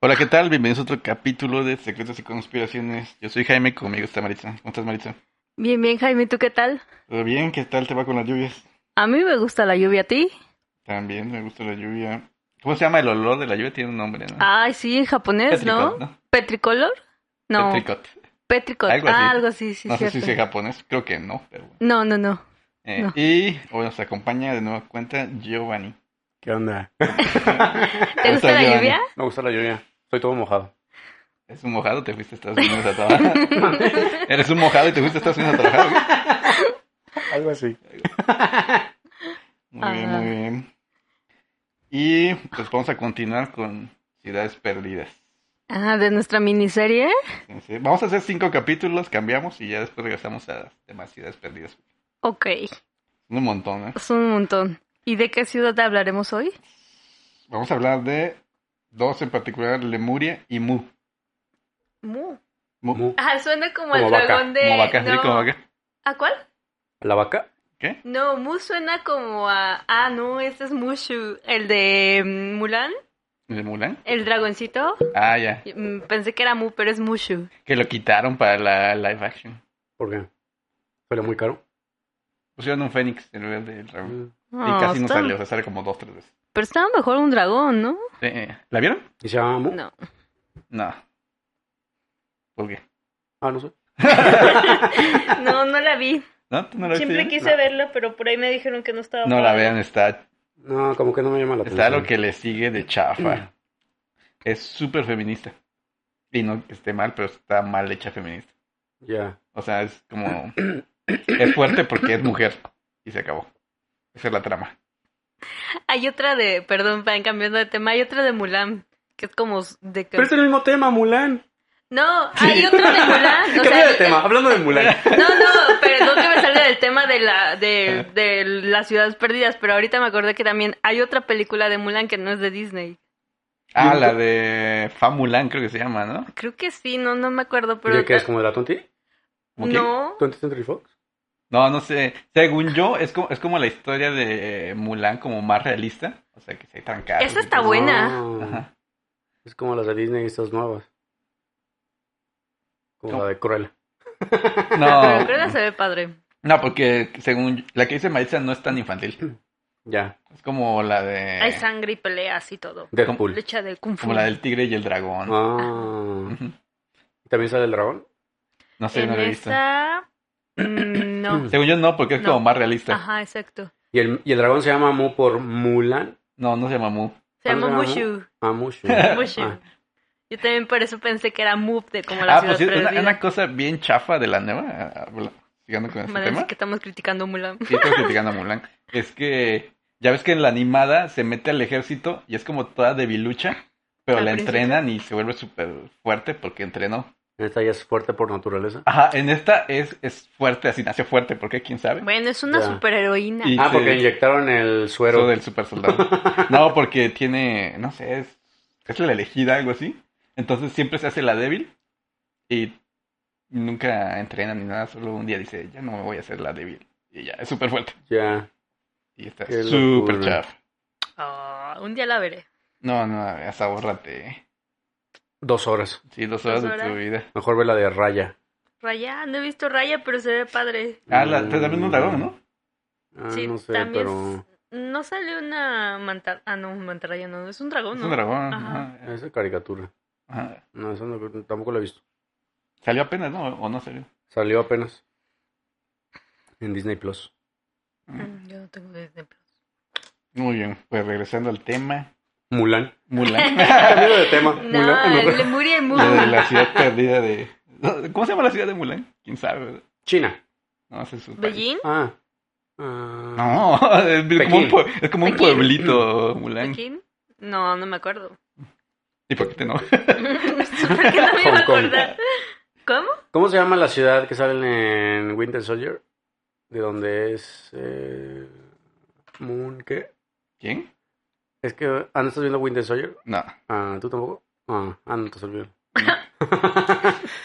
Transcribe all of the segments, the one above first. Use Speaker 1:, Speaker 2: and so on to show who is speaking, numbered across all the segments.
Speaker 1: Hola, ¿qué tal? Bienvenidos a otro capítulo de Secretos y Conspiraciones. Yo soy Jaime, conmigo está Maritza. ¿Cómo estás, Maritza?
Speaker 2: Bien, bien, Jaime, ¿tú qué tal?
Speaker 1: ¿Todo bien? ¿Qué tal te va con las lluvias?
Speaker 2: A mí me gusta la lluvia, ¿a ti?
Speaker 1: También me gusta la lluvia. ¿Cómo se llama el olor de la lluvia? Tiene un nombre, ¿no?
Speaker 2: Ay, sí, en japonés,
Speaker 1: Petricot,
Speaker 2: Ah, ¿no? ¿Petricolor? No.
Speaker 1: Petricot.
Speaker 2: Petricot.
Speaker 1: Algo
Speaker 2: ah,
Speaker 1: así.
Speaker 2: algo así, sí,
Speaker 1: No sé
Speaker 2: cierto.
Speaker 1: si es japonés, creo que no, pero bueno.
Speaker 2: No, no, no.
Speaker 1: Eh,
Speaker 2: No.
Speaker 1: Y hoy nos acompaña de nueva cuenta Giovanni.
Speaker 3: ¿Qué onda?
Speaker 2: ¿Te gusta la
Speaker 1: Giovanni.
Speaker 2: lluvia?
Speaker 3: Me gusta la lluvia. Estoy todo mojado.
Speaker 1: ¿Es un mojado? ¿Te fuiste a Estados Unidos a trabajar? ¿Eres un mojado y te fuiste a Estados Unidos a trabajar? güey?
Speaker 3: Algo así.
Speaker 1: Muy bien,
Speaker 2: Ajá.
Speaker 1: muy bien. Y pues vamos a continuar con Ciudades Perdidas.
Speaker 2: Ah, de nuestra miniserie.
Speaker 1: Entonces, Vamos a hacer cinco capítulos, cambiamos y ya después regresamos a las demás ciudades perdidas.
Speaker 2: Ok,
Speaker 1: Un montón, ¿eh?
Speaker 2: es un montón. ¿Y de qué ciudad hablaremos hoy?
Speaker 1: Vamos a hablar de dos en particular, Lemuria y Mu.
Speaker 2: Mu.
Speaker 1: Mu.
Speaker 3: Mu.
Speaker 2: Ah, suena como,
Speaker 3: Como
Speaker 2: el
Speaker 3: vaca,
Speaker 2: dragón de...
Speaker 1: Como vaca,
Speaker 2: no.
Speaker 1: sí, como vaca.
Speaker 2: ¿A cuál?
Speaker 3: ¿La vaca?
Speaker 1: ¿Qué?
Speaker 2: No, Mu suena como a... Ah, no, este es Mushu, el de mm, Mulan,
Speaker 1: ¿De Mulan?
Speaker 2: el dragoncito.
Speaker 1: Ah, ya.
Speaker 2: Mm, Pensé que era Mu, pero es Mushu.
Speaker 1: Que lo quitaron para la live action.
Speaker 3: ¿Por qué? ¿Sale muy caro?
Speaker 1: Pusieron un fénix en lugar del dragón. Y
Speaker 2: Ah,
Speaker 1: casi no
Speaker 2: está-
Speaker 1: salió, o sea, sale como dos, tres veces.
Speaker 2: Pero estaba mejor un dragón, ¿no?
Speaker 1: Sí, eh, ¿La vieron?
Speaker 3: ¿Y se llama Mu?
Speaker 2: No.
Speaker 1: No. ¿Por qué?
Speaker 3: Ah, no sé.
Speaker 2: No, no la vi.
Speaker 1: ¿No? ¿Tú no la viste,
Speaker 2: Siempre
Speaker 1: Iván?
Speaker 2: quise verla, pero por ahí me dijeron que no estaba
Speaker 1: No la
Speaker 2: padre.
Speaker 1: vean, está,
Speaker 3: No, como que no me llama la atención.
Speaker 1: está lo que le sigue de chafa. Es súper feminista. Y no que esté mal, pero está mal hecha feminista.
Speaker 3: Ya.
Speaker 1: O sea, es como... Es fuerte porque es mujer. Y se acabó. Esa es la trama.
Speaker 2: Hay otra de, perdón, van cambiando de tema, hay otra de Mulan, que es como de que...
Speaker 3: Pero es el mismo tema, Mulan.
Speaker 2: No, hay otra de Mulan. o
Speaker 3: Cambia
Speaker 2: sea, eh,
Speaker 3: de tema. Hablando de Mulan.
Speaker 2: No, no, perdón que me salga del tema de la de, de las ciudades perdidas, pero ahorita me acordé que también hay otra película de Mulan que no es de Disney.
Speaker 1: Ah, la de Famulán creo que se llama, ¿no?
Speaker 2: Creo que sí, no, no me acuerdo,
Speaker 3: ¿Y
Speaker 2: pero...
Speaker 3: de qué es? ¿Como de la Tonti?
Speaker 1: ¿Cómo que?
Speaker 2: No,
Speaker 3: ¿Tonti Century Fox?
Speaker 1: No, no sé. Según yo, es como, es como la historia de Mulan como más realista. O sea, que se tranca.
Speaker 2: Esa está buena.
Speaker 3: Ah, es como las de Disney, estas nuevas. Como
Speaker 1: No.
Speaker 3: la de Cruella.
Speaker 2: pero
Speaker 1: No,
Speaker 2: creo que se ve padre.
Speaker 1: no, porque según la que dice Maritza no es tan infantil.
Speaker 3: Ya.
Speaker 1: Es como la de...
Speaker 2: Hay sangre y peleas y todo.
Speaker 3: Deadpool.
Speaker 2: Lucha de Kung
Speaker 1: Eh.
Speaker 2: Fu.
Speaker 1: Como la del tigre y el dragón.
Speaker 3: Ah.
Speaker 1: Ujú.
Speaker 3: ¿También sale el dragón?
Speaker 1: No sé,
Speaker 2: en
Speaker 1: no lo he visto.
Speaker 2: esa... mm, No.
Speaker 1: Según yo no, porque es
Speaker 2: No.
Speaker 1: como más realista.
Speaker 2: Ajá, exacto.
Speaker 3: ¿Y el, y el dragón se llama Mu por Mulan.
Speaker 1: No, no se llama Mu.
Speaker 2: Se llama
Speaker 3: ¿Cuál se
Speaker 2: Mushu.
Speaker 3: Ah, Mushu.
Speaker 2: Mushu.
Speaker 3: Ah,
Speaker 2: Yo también por eso pensé que era Move de como la
Speaker 1: Ah,
Speaker 2: ciudad
Speaker 1: pues sí, una,
Speaker 2: perdida.
Speaker 1: una cosa bien chafa de la nueva, ah, habla- siguiendo con este
Speaker 2: Van a decir
Speaker 1: tema,
Speaker 2: que estamos criticando a Mulan.
Speaker 1: sí, estoy criticando a Mulan, es que ya ves que en la animada se mete al ejército y es como toda debilucha, pero
Speaker 2: Al
Speaker 1: la
Speaker 2: principio.
Speaker 1: entrenan y se vuelve súper fuerte porque entrenó.
Speaker 3: Esta ya es fuerte por naturaleza.
Speaker 1: Ajá, en esta es, es fuerte, así nació fuerte, porque quién sabe.
Speaker 2: Bueno, es una
Speaker 3: Ya.
Speaker 2: superheroína.
Speaker 1: Y-
Speaker 3: Ah,
Speaker 1: sí.
Speaker 3: porque inyectaron el
Speaker 1: Eso
Speaker 3: suero.
Speaker 1: del super soldado. No, porque tiene, no sé, es, es la elegida, algo así. Entonces siempre se hace la débil y nunca entrena ni nada, solo un día dice, ya no me voy a hacer la débil. Y ya, es súper fuerte.
Speaker 3: Ya.
Speaker 1: Y está
Speaker 3: Qué
Speaker 1: súper
Speaker 3: locura.
Speaker 1: chafa.
Speaker 2: Ah, un día la veré.
Speaker 1: No, no, hasta bórrate.
Speaker 3: Dos horas.
Speaker 1: Sí, dos horas
Speaker 2: ¿Dos
Speaker 1: de tu
Speaker 2: horas?
Speaker 1: vida.
Speaker 3: Mejor ve la de Raya.
Speaker 2: Raya, no he visto Raya, pero se ve padre.
Speaker 1: Ah, la, pero también un dragón, ¿no?
Speaker 3: Ah,
Speaker 2: Sí,
Speaker 3: no sé,
Speaker 2: también
Speaker 3: pero...
Speaker 2: No sale una manta... Ah, no, mantarraya no. Es un dragón,
Speaker 1: Es
Speaker 2: Oh, ¿no?
Speaker 1: un dragón.
Speaker 2: Ajá.
Speaker 1: ajá,
Speaker 3: Esa caricatura.
Speaker 1: ajá.
Speaker 3: No, eso no- tampoco la he visto.
Speaker 1: Salió apenas, ¿no? ¿O no salió?
Speaker 3: Salió apenas. En Disney Plus.
Speaker 2: Mm, Yo no tengo Disney Plus.
Speaker 1: Muy bien, pues regresando al tema.
Speaker 3: Mulan.
Speaker 1: Mulan.
Speaker 3: Cambio de tema. Mulan.
Speaker 2: No,
Speaker 3: no.
Speaker 2: Lemuria y
Speaker 1: La de
Speaker 2: Move.
Speaker 1: la ciudad perdida de... ¿Cómo se llama la ciudad de Mulan? ¿Quién sabe? verdad?
Speaker 3: China.
Speaker 1: No, ese es su país.
Speaker 2: ¿Beijing?
Speaker 3: Ah. Ah.
Speaker 1: No, es como, un,
Speaker 3: Pekín.
Speaker 1: pue- es como un
Speaker 2: Pekín.
Speaker 1: pueblito, Mulan.
Speaker 2: ¿Pekín? No, no me acuerdo.
Speaker 1: ¿Y por qué te enojas?
Speaker 2: ¿Por qué no me iba a
Speaker 3: Hong Kong.
Speaker 2: acordar? ¿Cómo?
Speaker 3: ¿Cómo se llama la ciudad que sale en Winter Soldier? De donde es... Eh... Moon... ¿Qué?
Speaker 1: ¿Quién?
Speaker 3: Es que... Ah, ¿no estás viendo Winter Soldier?
Speaker 1: No.
Speaker 3: Ah, ¿tú tampoco? Ah, ah, no te olvidó.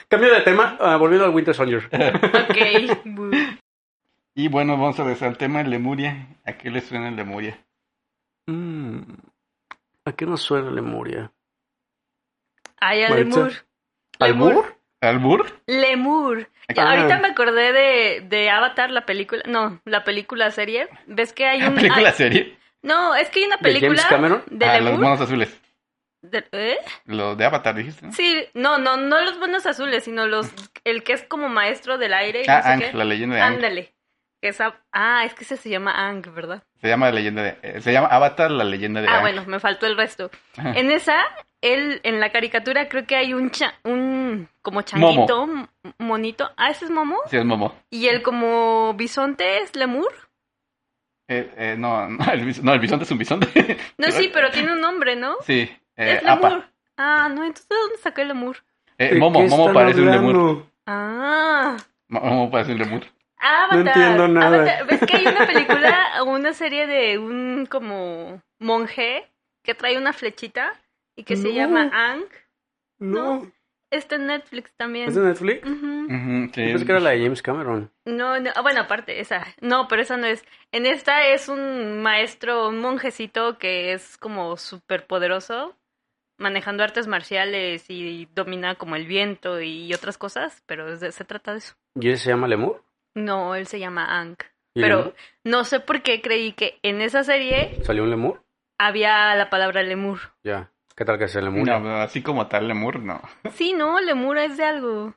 Speaker 3: Cambio de tema, ah, volviendo al Winter Soldier.
Speaker 2: Ok. bu.
Speaker 1: Y bueno, vamos a regresar al tema de Lemuria. ¿A qué le suena Lemuria?
Speaker 3: Mm, ¿A qué nos suena Lemuria?
Speaker 2: Ay, a
Speaker 3: Maritza.
Speaker 2: Lemur.
Speaker 3: ¿Albur?
Speaker 1: ¿Albur?
Speaker 2: Lemur. Y
Speaker 3: Ah.
Speaker 2: ahorita me acordé de, de Avatar, la película. No, la película serie. ¿Ves que hay
Speaker 1: ¿La
Speaker 2: un.
Speaker 1: película
Speaker 2: hay-
Speaker 1: serie?
Speaker 2: no, es que hay una
Speaker 3: ¿De James
Speaker 2: película.
Speaker 3: Cameron?
Speaker 2: de
Speaker 1: Ah, los
Speaker 2: Lemur.
Speaker 1: monos azules.
Speaker 2: de- ¿eh?
Speaker 1: Los de Avatar, dijiste, ¿no?
Speaker 2: Sí, no, no, no los buenos azules, sino los. El que es como maestro del aire. Y no
Speaker 1: ah,
Speaker 2: sé
Speaker 1: Ang,
Speaker 2: qué.
Speaker 1: la leyenda de Ang.
Speaker 2: Ándale. Que esa- ah, es que ese se llama Ang, ¿verdad?
Speaker 1: Se llama la leyenda de... eh, se llama Avatar, la leyenda de Ah.
Speaker 2: Ah,
Speaker 1: Aang.
Speaker 2: bueno, me faltó el resto. En esa, él, en la caricatura, creo que hay un, cha- un como changuito, m- monito. Ah, ese es Momo.
Speaker 1: Sí, es Momo.
Speaker 2: Y el como bisonte es Lemur.
Speaker 1: Eh, eh, no, no el, bis- no, el bisonte es un bisonte.
Speaker 2: No, sí, pero tiene un nombre, ¿no?
Speaker 1: Sí, eh,
Speaker 2: es Lemur.
Speaker 1: Apa.
Speaker 2: Ah, no, entonces ¿de dónde sacó el Lemur?
Speaker 1: Eh, Momo, Momo parece un lemur.
Speaker 2: Ah.
Speaker 1: Mo- Momo parece un lemur.
Speaker 2: Avatar.
Speaker 3: entiendo nada.
Speaker 2: Avatar. ¿Ves que hay una película, una serie de un como monje que trae una flechita y que se
Speaker 3: No.
Speaker 2: llama Ang?
Speaker 3: No.
Speaker 2: Está en Netflix también.
Speaker 3: ¿Es de Netflix?
Speaker 2: Ujú.
Speaker 1: Ujú, sí.
Speaker 3: Yo pensé que era la de James Cameron.
Speaker 2: No, no, ah, bueno, aparte, esa. No, pero esa no es. En esta es un maestro, un monjecito que es como súper poderoso, manejando artes marciales y domina como el viento y otras cosas, pero es de- se trata de eso.
Speaker 3: ¿Y ese se llama Lemur?
Speaker 2: No, él se llama Ang.
Speaker 3: ¿Y
Speaker 2: Pero
Speaker 3: Lemur?
Speaker 2: no sé por qué creí que en esa serie
Speaker 3: ¿Salió un Lemur?
Speaker 2: había la palabra lemur.
Speaker 3: Ya. ¿Qué tal que sea Lemur?
Speaker 1: No, no, así como tal, lemur, no.
Speaker 2: Sí, no, lemur es de algo.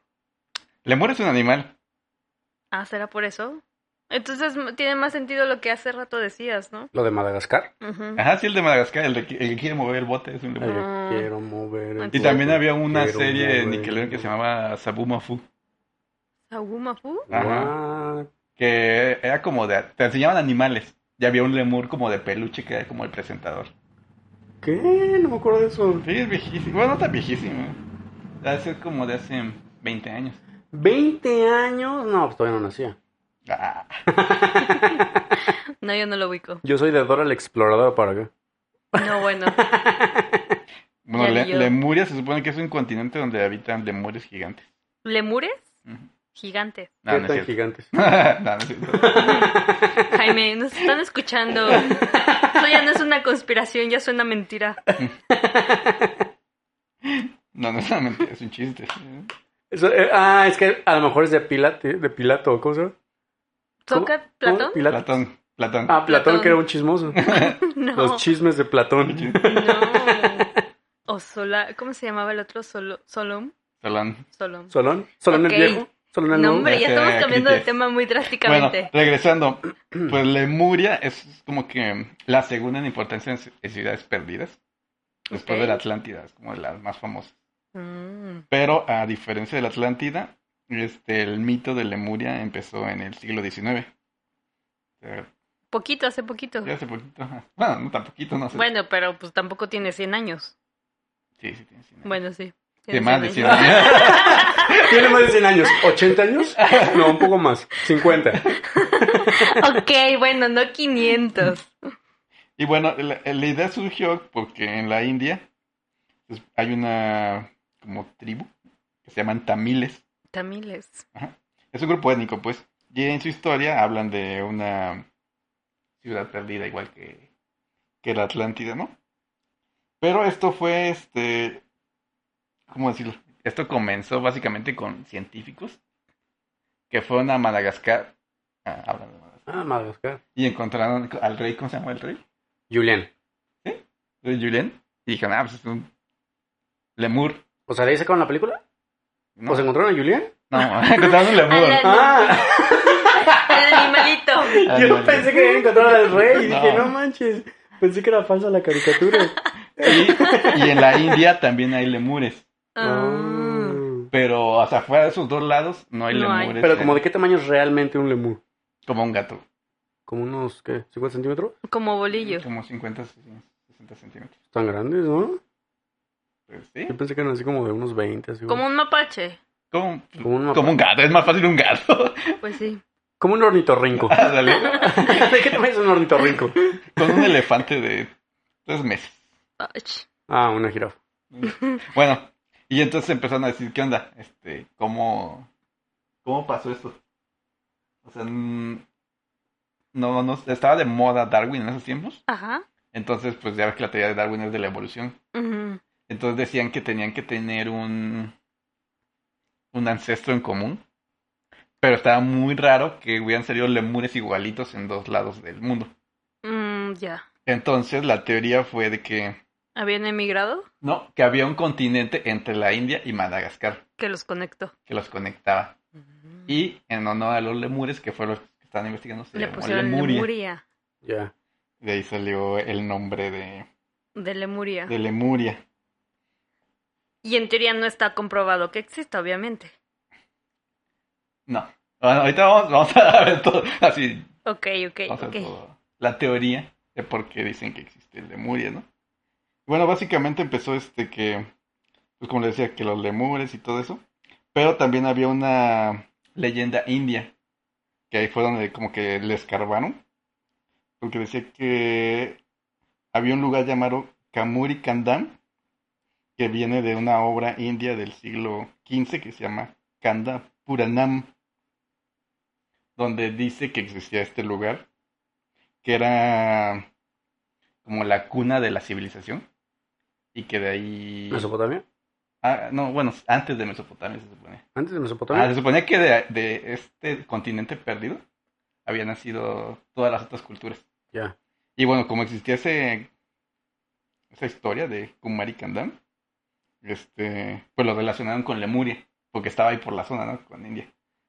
Speaker 1: Lemur es un animal.
Speaker 2: Ah, ¿será por eso? Entonces m- tiene más sentido lo que hace rato decías, ¿no?
Speaker 3: ¿Lo de Madagascar?
Speaker 2: Ujú.
Speaker 1: Ajá, sí, el de Madagascar, el, de que- el que quiere mover el bote es un
Speaker 3: El
Speaker 1: lemur.
Speaker 3: que
Speaker 2: Ah.
Speaker 3: quiero mover. el
Speaker 1: Y también
Speaker 3: bote,
Speaker 1: había una
Speaker 3: quiero
Speaker 1: serie de
Speaker 3: mover
Speaker 1: Nickelodeon
Speaker 3: el
Speaker 1: que se llamaba Sabu Mafu,
Speaker 2: Sagumafu.
Speaker 3: bote. What?
Speaker 1: que era como de... Te enseñaban animales. Y había un lemur como de peluche que era como el presentador.
Speaker 3: ¿Qué? No me acuerdo de eso.
Speaker 1: Sí, es viejísimo. Bueno, no tan viejísimo. Hace como de hace 20 años.
Speaker 3: ¿20 años? No, pues todavía no nacía.
Speaker 1: Ah,
Speaker 2: No, yo no lo ubico.
Speaker 3: Yo soy de Dora el Explorador para acá.
Speaker 2: No, bueno.
Speaker 1: Bueno,
Speaker 2: Ya ni
Speaker 1: Le-
Speaker 2: yo.
Speaker 1: Lemuria se supone que es un continente donde habitan lemures gigantes.
Speaker 2: ¿Lemures?
Speaker 1: Ujú.
Speaker 2: Gigantes.
Speaker 1: Ah, No,
Speaker 3: ¿Qué
Speaker 1: no es
Speaker 3: tan
Speaker 1: cierto.
Speaker 3: gigantes?
Speaker 1: No, no es cierto.
Speaker 2: Jaime, nos están escuchando. Esto ya no es una conspiración, ya suena mentira.
Speaker 1: No, no es una mentira, es un chiste.
Speaker 3: Eso, eh, ah, es que a lo mejor es de Pilate, de Pilato, ¿cómo se llama?
Speaker 2: ¿Toca
Speaker 3: ¿Cómo?
Speaker 2: Platón?
Speaker 3: Pilato.
Speaker 1: Platón, Platón.
Speaker 3: Ah, Platón,
Speaker 2: Platón.
Speaker 3: que era un chismoso.
Speaker 2: No.
Speaker 3: Los chismes de Platón.
Speaker 2: no. O Sola... ¿Cómo se llamaba el otro? Solo... Solom.
Speaker 1: Solón.
Speaker 2: Solom.
Speaker 3: ¿Solón? ¿Solón
Speaker 2: Ok.
Speaker 3: el viejo? ¿Solón el
Speaker 2: No,
Speaker 3: nuevo?
Speaker 2: hombre, ya
Speaker 1: Ese
Speaker 2: estamos
Speaker 1: era
Speaker 2: cambiando de
Speaker 1: Crites.
Speaker 2: tema muy
Speaker 1: Bueno,
Speaker 2: drásticamente.
Speaker 1: regresando, pues Lemuria es como que la segunda en importancia en ci- en ciudades perdidas, después
Speaker 2: Ok.
Speaker 1: de la Atlántida, es como de las más famosas.
Speaker 2: Mm.
Speaker 1: Pero a diferencia de la Atlántida, este, el mito de Lemuria empezó en el siglo XIX. Eh,
Speaker 2: Poquito, hace poquito.
Speaker 1: Ya hace poquito. ajá. Bueno, no tan poquito, no sé.
Speaker 2: Bueno, pero pues tampoco tiene 100 años.
Speaker 1: Sí, sí, tiene cien años.
Speaker 2: Bueno, sí.
Speaker 1: De
Speaker 2: Tiene
Speaker 1: más
Speaker 2: 100
Speaker 1: de
Speaker 2: años.
Speaker 1: 100 años.
Speaker 3: Tiene más de 100 años. ¿80 años? No, un poco más. 50.
Speaker 2: ok, bueno, no 500.
Speaker 1: Y bueno, la, la idea surgió porque en la India pues, hay una como tribu que se llaman tamiles.
Speaker 2: Tamiles.
Speaker 1: Es un grupo étnico, pues. Y en su historia hablan de una ciudad perdida, igual que, que la Atlántida, ¿no? Pero esto fue, este, ¿cómo decirlo? Esto comenzó básicamente con científicos que fueron a Madagascar, ah, hablan de Madagascar,
Speaker 3: Ah, Madagascar.
Speaker 1: y encontraron al rey, ¿cómo se llama el rey?
Speaker 3: Julián.
Speaker 1: de Julien y dijeron, ah, pues es un lemur.
Speaker 3: O sea, ¿de ahí sacaron la película?
Speaker 1: No,
Speaker 3: ¿O se encontraron a Julián?
Speaker 1: no, encontraron un lemur.
Speaker 2: Ala,
Speaker 3: Ah,
Speaker 2: El animalito.
Speaker 1: Ah,
Speaker 3: yo
Speaker 1: no,
Speaker 3: pensé que habían encontrado al rey y
Speaker 1: No.
Speaker 3: dije, no manches. Pensé que era falsa la caricatura.
Speaker 1: Y, y en la India también hay lemures.
Speaker 2: Ah.
Speaker 3: Ah.
Speaker 1: Pero hasta afuera de esos dos lados no hay
Speaker 2: No hay.
Speaker 1: lemures.
Speaker 3: Pero
Speaker 1: eh,
Speaker 3: como de qué tamaño es realmente un lemur?
Speaker 1: como un gato.
Speaker 3: Como unos, ¿qué? ¿50 centímetros?
Speaker 2: Como bolillo.
Speaker 1: Como 50, 60 centímetros.
Speaker 3: Tan grandes, ¿no?
Speaker 1: Pues, sí.
Speaker 3: Yo pensé que eran así como de unos 20. Así,
Speaker 2: Como un mapache.
Speaker 1: Como,
Speaker 3: Como un-
Speaker 1: como un gato, es más fácil un gato.
Speaker 2: Pues sí.
Speaker 3: como un ornitorrinco.
Speaker 1: Ándale.
Speaker 3: ¿De qué tamaño es un ornitorrinco?
Speaker 1: Con un elefante de tres meses.
Speaker 2: Ach.
Speaker 3: Ah, una jirafa.
Speaker 1: Bueno, y entonces empezaron a decir, ¿qué onda? Este, ¿cómo, cómo pasó esto? O sea, mm, no, no, estaba de moda Darwin en esos tiempos.
Speaker 2: Ajá.
Speaker 1: Entonces, pues ya ves que la teoría de Darwin es de la evolución.
Speaker 2: Ujú.
Speaker 1: Entonces decían que tenían que tener un, un ancestro en común. Pero estaba muy raro que hubieran salido lemures igualitos en dos lados del mundo.
Speaker 2: Mm, ya.
Speaker 1: Entonces la teoría fue de que
Speaker 2: ¿Habían emigrado?
Speaker 1: no, que había un continente entre la India y Madagascar
Speaker 2: Que los conectó.
Speaker 1: que los conectaba. Y en honor a los lemures, que fueron los que estaban investigando, se
Speaker 2: Mm. Le
Speaker 1: llamó
Speaker 2: pusieron
Speaker 1: Lemuria.
Speaker 2: Lemuria.
Speaker 3: Ya.
Speaker 1: De ahí salió el nombre de,
Speaker 2: De Lemuria.
Speaker 1: de Lemuria.
Speaker 2: Y en teoría no está comprobado que exista, obviamente.
Speaker 1: No. Bueno, ahorita vamos, vamos a ver todo. Así,
Speaker 2: Ok, ok,
Speaker 1: vamos a ver
Speaker 2: ok.
Speaker 1: todo. La teoría de por qué dicen que existe el Lemuria, ¿no? Bueno, básicamente empezó este que, pues como les decía, que los lemures y todo eso. Pero también había una leyenda india, que ahí fue donde como que le escarbaron. Porque decía que había un lugar llamado Kamuri Kandam, que viene de una obra india del siglo XV que se llama Kanda Puranam, donde dice que existía este lugar, que era como la cuna de la civilización, y que de ahí...
Speaker 3: ¿Mesopotamia?
Speaker 1: Ah, no, bueno, antes de Mesopotamia se supone.
Speaker 3: ¿Antes de
Speaker 1: Ah, se
Speaker 3: Mesopotamia?
Speaker 1: suponía que de, de este continente perdido habían nacido todas las otras culturas.
Speaker 3: Ya.
Speaker 1: Y bueno, como existía ese, esa historia de Kumari Kandam, este, pues lo relacionaron con Lemuria, porque estaba ahí por la zona, ¿no? Con India.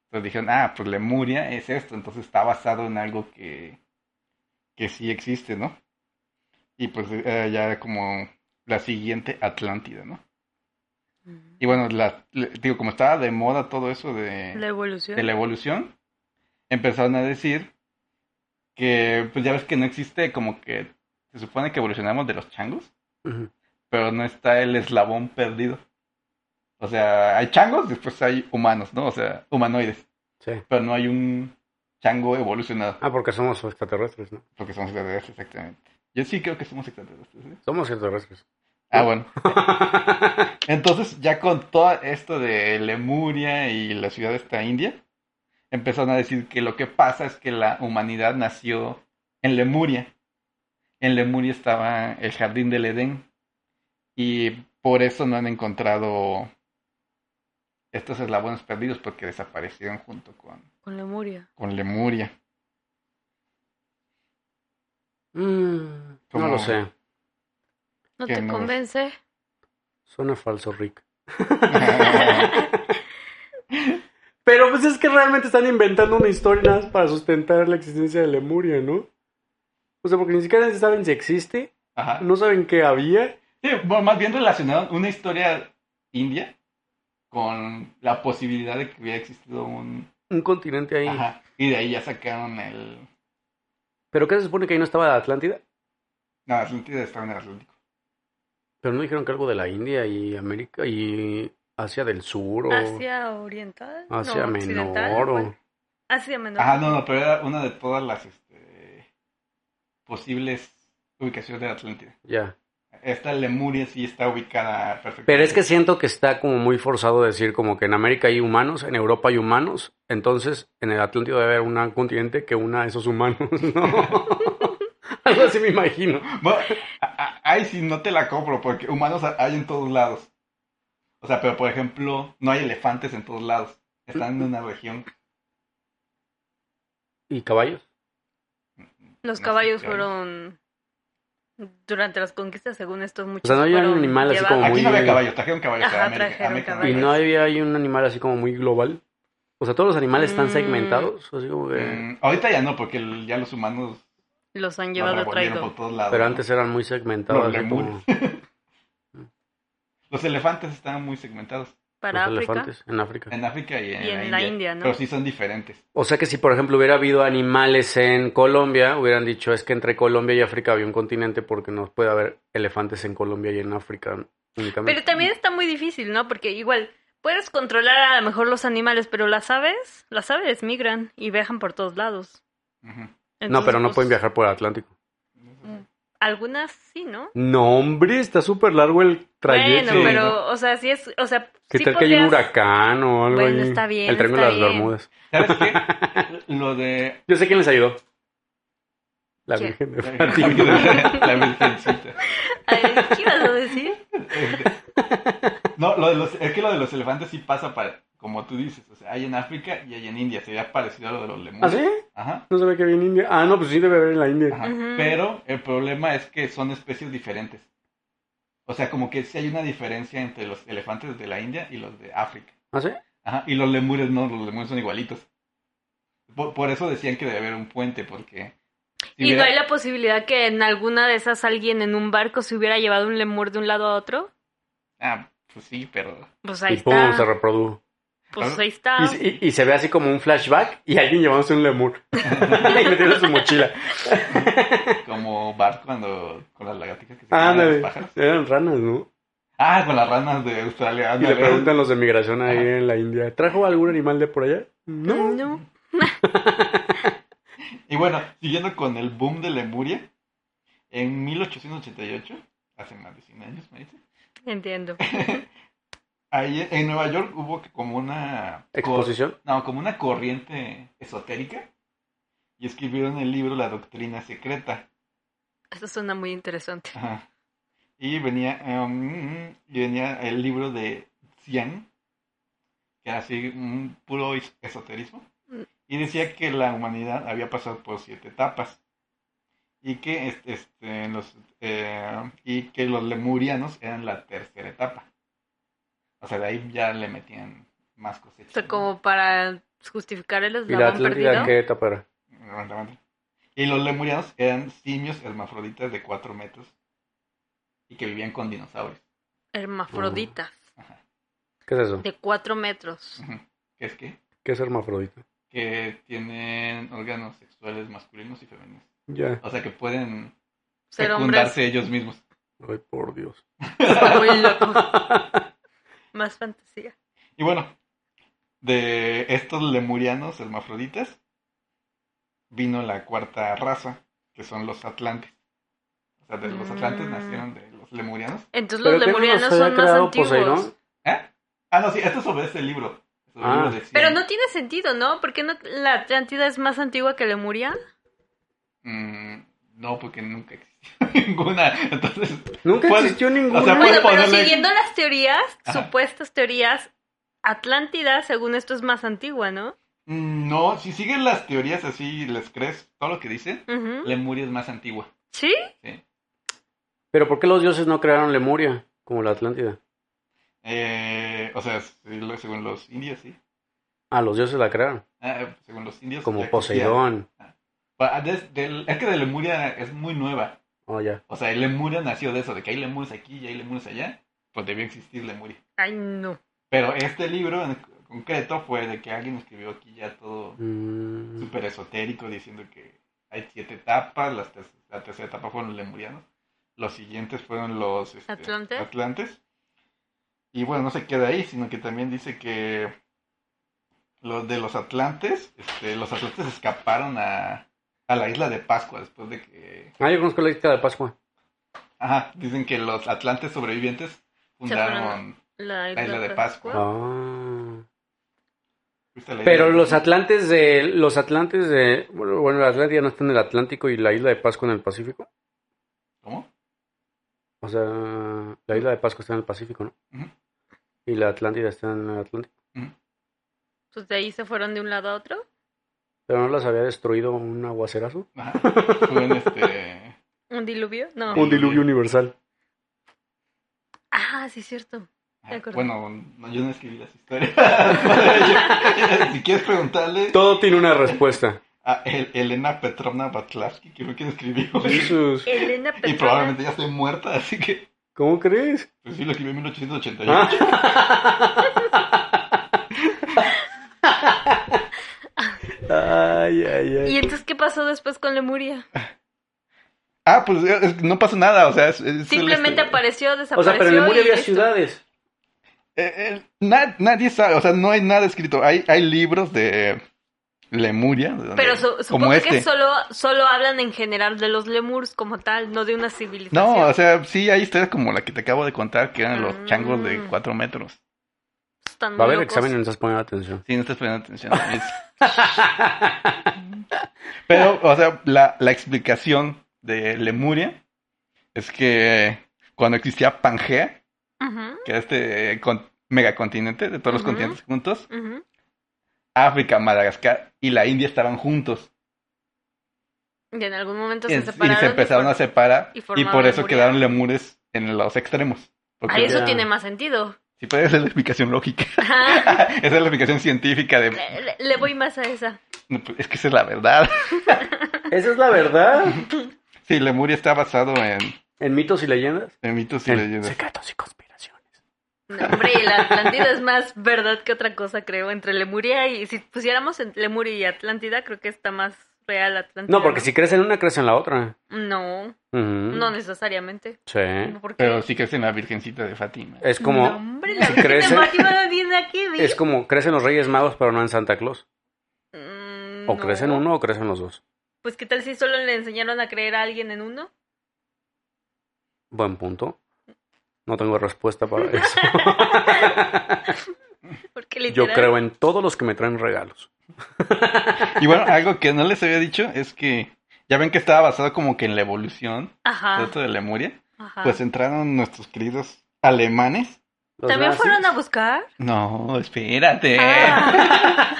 Speaker 1: Entonces dijeron, ah, pues Lemuria es esto, entonces está basado en algo que, que sí existe, ¿no? Y pues eh, ya era como la siguiente Atlántida, ¿no?
Speaker 2: Mm.
Speaker 1: Y bueno, la, le- digo, como estaba de moda todo eso de
Speaker 2: La evolución.
Speaker 1: de la evolución, empezaron a decir que, pues ya ves que no existe como que, se supone que evolucionamos de los changos,
Speaker 3: Ujú.
Speaker 1: pero no está el eslabón perdido. O sea, hay changos, después hay humanos, ¿no? O sea, humanoides,
Speaker 3: Sí.
Speaker 1: pero no hay un chango evolucionado,
Speaker 3: Ah, porque somos extraterrestres, ¿no?
Speaker 1: porque somos extraterrestres, exactamente. Yo sí creo que somos extraterrestres. ¿eh?
Speaker 3: Somos extraterrestres.
Speaker 1: Ah, bueno. Entonces, ya con todo esto de Lemuria y la ciudad de esta India, empezaron a decir que lo que pasa es que la humanidad nació en Lemuria. En Lemuria estaba el jardín del Edén. Y por eso no han encontrado estos eslabones perdidos, porque desaparecieron junto con,
Speaker 2: Con Lemuria.
Speaker 1: con Lemuria.
Speaker 3: Mm,
Speaker 1: ¿Cómo?
Speaker 3: no lo sé.
Speaker 2: ¿No
Speaker 1: Que
Speaker 2: te
Speaker 1: no.
Speaker 2: convence?
Speaker 3: Suena falso, Rick. Pero pues es que realmente están inventando una historia nada más para sustentar la existencia de Lemuria, ¿no? O sea, porque ni siquiera saben si existe,
Speaker 1: Ajá.
Speaker 3: no saben qué había.
Speaker 1: Sí, bueno, más bien relacionaron una historia india con la posibilidad de que hubiera existido un...
Speaker 3: Un continente ahí.
Speaker 1: Ajá. Y de ahí ya sacaron el...
Speaker 3: ¿Pero qué se supone que ahí no estaba la Atlántida?
Speaker 1: No, Atlántida estaba en el Atlántico.
Speaker 3: Pero no dijeron que algo de la India y América y Asia del Sur o
Speaker 2: ¿Hacia oriental?
Speaker 3: Asia
Speaker 2: no, occidental,
Speaker 3: Menor o...
Speaker 2: ¿cuál? Asia menor.
Speaker 1: Ajá, no, no, pero era una de todas las este, posibles ubicaciones de la Atlántida.
Speaker 3: Ya.
Speaker 1: Esta Lemuria sí está ubicada perfectamente.
Speaker 3: Pero es que siento que está como muy forzado decir como que en América hay humanos, en Europa hay humanos, entonces en el Atlántico debe haber un continente que una a esos humanos, ¿no? Algo así me imagino.
Speaker 1: Bueno, a- a- ahí sí no te la compro, porque humanos hay en todos lados. O sea, pero por ejemplo, no hay elefantes en todos lados. Están en una región.
Speaker 3: ¿Y caballos?
Speaker 2: Los
Speaker 1: No
Speaker 2: caballos
Speaker 1: sé, caballos.
Speaker 2: fueron durante las conquistas, según estos muchos.
Speaker 3: sea, no hay un
Speaker 2: fueron
Speaker 3: animal así como
Speaker 2: llevados.
Speaker 1: Aquí
Speaker 3: muy-
Speaker 1: no había caballos, trajeron caballos
Speaker 2: Ajá,
Speaker 1: a América.
Speaker 2: trajeron
Speaker 1: América no
Speaker 3: ¿Y
Speaker 1: había
Speaker 3: no había ahí un animal así como muy global? O sea, todos los animales están
Speaker 2: Mm.
Speaker 3: segmentados, así como que...
Speaker 1: Mm, ahorita ya no, porque el- ya los humanos
Speaker 2: Los han
Speaker 1: los
Speaker 2: llevado a
Speaker 1: revolvieron por
Speaker 2: traidor.
Speaker 1: todos lados.
Speaker 3: Pero
Speaker 1: ¿no?
Speaker 3: antes eran muy segmentados.
Speaker 1: Los
Speaker 3: así como
Speaker 1: lemures. Los elefantes están muy segmentados
Speaker 2: Para
Speaker 3: los
Speaker 2: África.
Speaker 3: elefantes en África.
Speaker 1: en África y en,
Speaker 2: Y en la India, ¿no?
Speaker 1: Pero sí son diferentes.
Speaker 3: O sea que si, por ejemplo, hubiera habido animales en Colombia, hubieran dicho es que entre Colombia y África había un continente porque no puede haber elefantes en Colombia y en África únicamente.
Speaker 2: Pero también está muy difícil, ¿no? Porque igual puedes controlar a lo mejor los animales, pero las aves, las aves migran y viajan por todos lados.
Speaker 1: Ujú.
Speaker 3: no,
Speaker 2: Entonces,
Speaker 3: pero no
Speaker 2: pues,
Speaker 3: pueden viajar por el Atlántico.
Speaker 2: Algunas sí, ¿no?
Speaker 3: No, hombre, está súper largo el trayecto.
Speaker 2: Bueno,
Speaker 1: ¿no?
Speaker 2: pero, o sea, sí es, o sea,
Speaker 3: ¿Qué
Speaker 2: sí
Speaker 3: tal que haya un
Speaker 2: podrías-
Speaker 3: huracán o algo
Speaker 2: Bueno,
Speaker 3: ahí?
Speaker 2: está bien,
Speaker 3: El Triángulo
Speaker 2: está
Speaker 3: de las
Speaker 2: bien.
Speaker 3: Bermudas.
Speaker 1: ¿Sabes qué? Lo de...
Speaker 3: Yo sé quién les ayudó. La
Speaker 2: ¿Quién?
Speaker 3: Virgen
Speaker 1: La
Speaker 3: de Fátima.
Speaker 1: virgencita, la virgencita.
Speaker 2: Ay, ¿Qué ibas eh, a decir?
Speaker 1: No, lo de los, es que lo de los elefantes sí pasa para, como tú dices, o sea, hay en África y hay en India, sería parecido a lo de los
Speaker 3: ¿Ah,
Speaker 1: lemures.
Speaker 3: sí?
Speaker 1: Ajá.
Speaker 3: No se ve que viene India. Ah, no, pues sí debe haber en la India.
Speaker 1: ajá.
Speaker 2: Ujú.
Speaker 1: Pero el problema es que son especies diferentes. O sea, como que sí hay una diferencia entre los elefantes de la India y los de África.
Speaker 3: ¿Ah, sí?
Speaker 1: Ajá. Y los lemures no, los lemures son igualitos. Por, por eso decían que debe haber un puente, porque... si
Speaker 2: ¿Y no
Speaker 1: hubiera-
Speaker 2: hay la posibilidad que en alguna de esas alguien en un barco se hubiera llevado un lemur de un lado a otro?
Speaker 1: Ah, pues sí, pero...
Speaker 2: Pues
Speaker 3: Y
Speaker 2: ahí
Speaker 3: pum, se
Speaker 2: está.
Speaker 3: reprodujo.
Speaker 2: Pues ahí está.
Speaker 3: Y, se- y- y se ve así como un flashback y alguien llevándose un lemur. y metido en su mochila.
Speaker 1: Como Bart cuando... Con las lagartijas que se comen a los
Speaker 3: Ándale.
Speaker 1: pájaros.
Speaker 3: Eran ranas, ¿no?
Speaker 1: Ah, con las ranas de Australia.
Speaker 3: Y le
Speaker 1: ándale.
Speaker 3: preguntan los de migración ahí
Speaker 1: Ajá.
Speaker 3: en la India. ¿Trajo algún animal de por allá? No.
Speaker 2: No.
Speaker 1: Y bueno, siguiendo con el boom de Lemuria, en 1888, hace más de 100 años, me dice,
Speaker 2: Entiendo.
Speaker 1: ahí en Nueva York hubo como una... cor-
Speaker 3: ¿Exposición?
Speaker 1: No, como una corriente esotérica. Y escribieron el libro La Doctrina Secreta.
Speaker 2: Eso suena muy interesante.
Speaker 1: Ajá. Y venía, em, y venía el libro de Xian, que era así un puro es- esoterismo, y decía que la humanidad había pasado por siete etapas y que este, este, los eh, y que los lemurianos eran la tercera etapa. O sea, de ahí ya le metían más
Speaker 2: O
Speaker 1: cosechas.
Speaker 2: sea, como para justificar el
Speaker 3: ¿Y la
Speaker 2: eslabón
Speaker 3: Atlántida
Speaker 2: perdido.
Speaker 3: qué etapa era?
Speaker 1: Aguanta, aguanta. Y los lemurianos eran simios hermafroditas de cuatro metros y que vivían con dinosaurios.
Speaker 2: Hermafroditas.
Speaker 1: Ajá.
Speaker 3: ¿Qué es eso?
Speaker 2: De cuatro metros.
Speaker 1: Ujú. ¿Qué es que
Speaker 3: ¿Qué es hermafrodita?
Speaker 1: Que tienen órganos sexuales masculinos y femeninos.
Speaker 3: Ya.
Speaker 1: O sea, que pueden
Speaker 2: Ser hombres.
Speaker 1: fecundarse ellos mismos.
Speaker 3: Ay, por Dios.
Speaker 2: Está muy loco. Más fantasía.
Speaker 1: Y bueno, de estos lemurianos hermafroditas vino la cuarta raza, que son los atlantes. O sea, de los atlantes
Speaker 2: Mm.
Speaker 1: nacieron de los lemurianos.
Speaker 2: Entonces
Speaker 3: Pero
Speaker 2: los
Speaker 3: ¿qué no los
Speaker 2: lemurianos
Speaker 3: había
Speaker 2: son más
Speaker 3: creado pues,
Speaker 2: antiguos.
Speaker 3: Poseidón?
Speaker 1: ¿Eh? Ah, no, sí, esto es sobre este libro. Sobre el
Speaker 3: Ah.
Speaker 1: libro de Cien.
Speaker 2: Pero no tiene sentido, ¿no? ¿Por qué no la Atlántida es más antigua que Lemuria?
Speaker 1: Mm, no, porque nunca existió ninguna. Entonces,
Speaker 3: Nunca
Speaker 1: ¿Cuál?
Speaker 3: existió ninguna.
Speaker 1: O sea,
Speaker 2: Bueno,
Speaker 1: Puedes
Speaker 2: pero
Speaker 1: ponerle-
Speaker 2: siguiendo las teorías,
Speaker 1: Ajá.
Speaker 2: supuestas teorías, Atlántida, según esto, es más antigua, ¿no?
Speaker 1: mm, no, si siguen las teorías así, les crees todo lo que dicen,
Speaker 2: Ujú.
Speaker 1: Lemuria es más antigua.
Speaker 2: ¿Sí?
Speaker 1: Sí.
Speaker 3: Pero ¿por qué los dioses no crearon Lemuria como la Atlántida?
Speaker 1: Eh, o sea, sí, lo- según los indios, sí.
Speaker 3: Ah, los dioses la crearon.
Speaker 1: Ah, según los indios. ya
Speaker 3: Como
Speaker 1: existía.
Speaker 3: Poseidón.
Speaker 1: Pa- des- del- es que de Lemuria es muy nueva.
Speaker 3: Oh, ya.
Speaker 1: O sea, Lemuria nació de eso, de que hay Lemures aquí y hay Lemures allá. Pues debió existir Lemuria.
Speaker 2: Ay, no.
Speaker 1: Pero este libro en concreto fue de que alguien escribió aquí ya todo
Speaker 3: Mm,
Speaker 1: súper esotérico diciendo que hay siete etapas, las ter- la tercera etapa fueron los lemurianos, los siguientes fueron los este,
Speaker 2: ¿Atlantes?
Speaker 1: atlantes. Y bueno, no se queda ahí, sino que también dice que los de los atlantes, este, los atlantes escaparon a, a la isla de Pascua después de que...
Speaker 3: Ah, yo conozco la isla de Pascua.
Speaker 1: Ajá, dicen que los atlantes sobrevivientes fundaron...
Speaker 2: La isla,
Speaker 1: isla de
Speaker 2: de
Speaker 1: Pascua.
Speaker 2: Pascua.
Speaker 3: Ah.
Speaker 1: ¿viste la isla
Speaker 3: Pero
Speaker 1: de-
Speaker 3: los atlantes de... Los atlantes de... Bueno, bueno, la Atlántida no está en el Atlántico y la isla de Pascua en el Pacífico.
Speaker 1: ¿Cómo?
Speaker 3: O sea, la isla de Pascua está en el Pacífico, ¿no?
Speaker 1: Ujú.
Speaker 3: Y la Atlántida está en el Atlántico.
Speaker 1: Ujú.
Speaker 2: Pues de ahí se fueron de un lado a otro.
Speaker 3: Pero no las había destruido un aguacerazo.
Speaker 1: Ajá, fue en este...
Speaker 2: ¿Un diluvio? No.
Speaker 1: Un diluvio
Speaker 3: universal.
Speaker 2: Ah, sí, cierto.
Speaker 1: Ah,
Speaker 2: De acuerdo.
Speaker 1: Bueno, no, yo no escribí las historias. Yo- si quieres preguntarle
Speaker 3: Todo tiene una respuesta.
Speaker 1: a El- Elena Petrovna Batlavsky, que fue quien escribió.
Speaker 3: Jesús.
Speaker 2: Elena
Speaker 1: Y
Speaker 2: Petrona.
Speaker 1: probablemente ya esté muerta, así que.
Speaker 3: ¿Cómo crees?
Speaker 1: Pues sí, lo escribió en 1888.
Speaker 3: Ay, ay,
Speaker 2: ¿Y entonces qué pasó después con Lemuria?
Speaker 1: Ah, pues eh, es- no pasó nada, o sea. es- este, es-
Speaker 2: Simplemente
Speaker 1: es-
Speaker 2: apareció,
Speaker 3: O
Speaker 2: desapareció.
Speaker 3: sea, pero en Lemuria
Speaker 2: y
Speaker 3: había
Speaker 2: listo.
Speaker 3: ciudades.
Speaker 1: eh, eh, na- nadie sabe, o sea, no hay nada escrito. Hay, hay libros de Lemuria. de donde-
Speaker 2: Pero su-
Speaker 1: como
Speaker 2: supongo
Speaker 1: este.
Speaker 2: que solo, solo hablan en general de los lemurs como tal, no de una civilización.
Speaker 1: No, o sea, sí hay historias como la que te acabo de contar, que eran los changos de
Speaker 2: Mm.
Speaker 1: 4 metros.
Speaker 2: Están
Speaker 3: Va a
Speaker 2: muy
Speaker 3: haber
Speaker 2: locos.
Speaker 3: examen y no estás poniendo atención.
Speaker 1: Sí, no estás poniendo atención. Es- Pero, o sea, la, la explicación de Lemuria es que cuando existía Pangea,
Speaker 2: Ujú,
Speaker 1: que era este con- megacontinente de todos los
Speaker 2: Ujú.
Speaker 1: continentes juntos,
Speaker 2: ujú.
Speaker 1: África, Madagascar y la India estaban juntos.
Speaker 2: Y en algún momento
Speaker 1: Y,
Speaker 2: se
Speaker 1: en- y
Speaker 2: separaron.
Speaker 1: se empezaron
Speaker 2: y
Speaker 1: a separar
Speaker 2: y
Speaker 1: y,
Speaker 2: formaban
Speaker 1: por eso
Speaker 2: Lemuria.
Speaker 1: quedaron lemures en los extremos.
Speaker 2: por-
Speaker 1: Porque
Speaker 2: Ay, eso
Speaker 3: Ya.
Speaker 2: tiene más sentido.
Speaker 1: sí puede ser la explicación lógica.
Speaker 2: Ajá.
Speaker 1: Esa es la explicación científica de...
Speaker 2: le, le- le voy más a esa.
Speaker 1: No, pues, Es que esa es la verdad.
Speaker 3: Esa es la verdad.
Speaker 1: Sí, Lemuria está basado en,
Speaker 3: En mitos y leyendas.
Speaker 1: en mitos y
Speaker 3: En
Speaker 1: leyendas.
Speaker 3: Secretos y conspiraciones.
Speaker 2: No, Hombre, y la Atlántida es más verdad que otra cosa, creo. Entre Lemuria y. Si pusiéramos en Lemuria y Atlántida, creo que está más real Atlántida.
Speaker 3: No, porque Mm. si crees en una, crees en la otra.
Speaker 2: No,
Speaker 3: Ujú.
Speaker 2: no necesariamente.
Speaker 3: Sí.
Speaker 2: Porque-
Speaker 1: Pero sí crees en la Virgencita de Fátima.
Speaker 3: Es como,
Speaker 2: No, hombre, la
Speaker 3: si
Speaker 2: Virgen
Speaker 3: crece-
Speaker 2: de Fátima no tiene nada que ver.
Speaker 3: es como, crecen los Reyes Magos, pero no en Santa Claus.
Speaker 2: Mm,
Speaker 3: O
Speaker 2: no.
Speaker 3: crecen uno o crecen los dos.
Speaker 2: Pues, ¿qué tal si solo le enseñaron a creer a alguien en uno?
Speaker 3: Buen punto. No tengo respuesta para eso.
Speaker 2: Porque
Speaker 3: Yo
Speaker 2: literal.
Speaker 3: creo en todos los que me traen regalos.
Speaker 1: Y bueno, algo que no les había dicho es que ya ven que estaba basado como que en la evolución,
Speaker 2: Ajá.
Speaker 1: todo esto de Lemuria.
Speaker 2: ajá.
Speaker 1: Pues entraron nuestros queridos alemanes.
Speaker 3: Los
Speaker 2: ¿También
Speaker 3: nazis.
Speaker 2: fueron a buscar?
Speaker 1: No, espérate.
Speaker 2: Ah,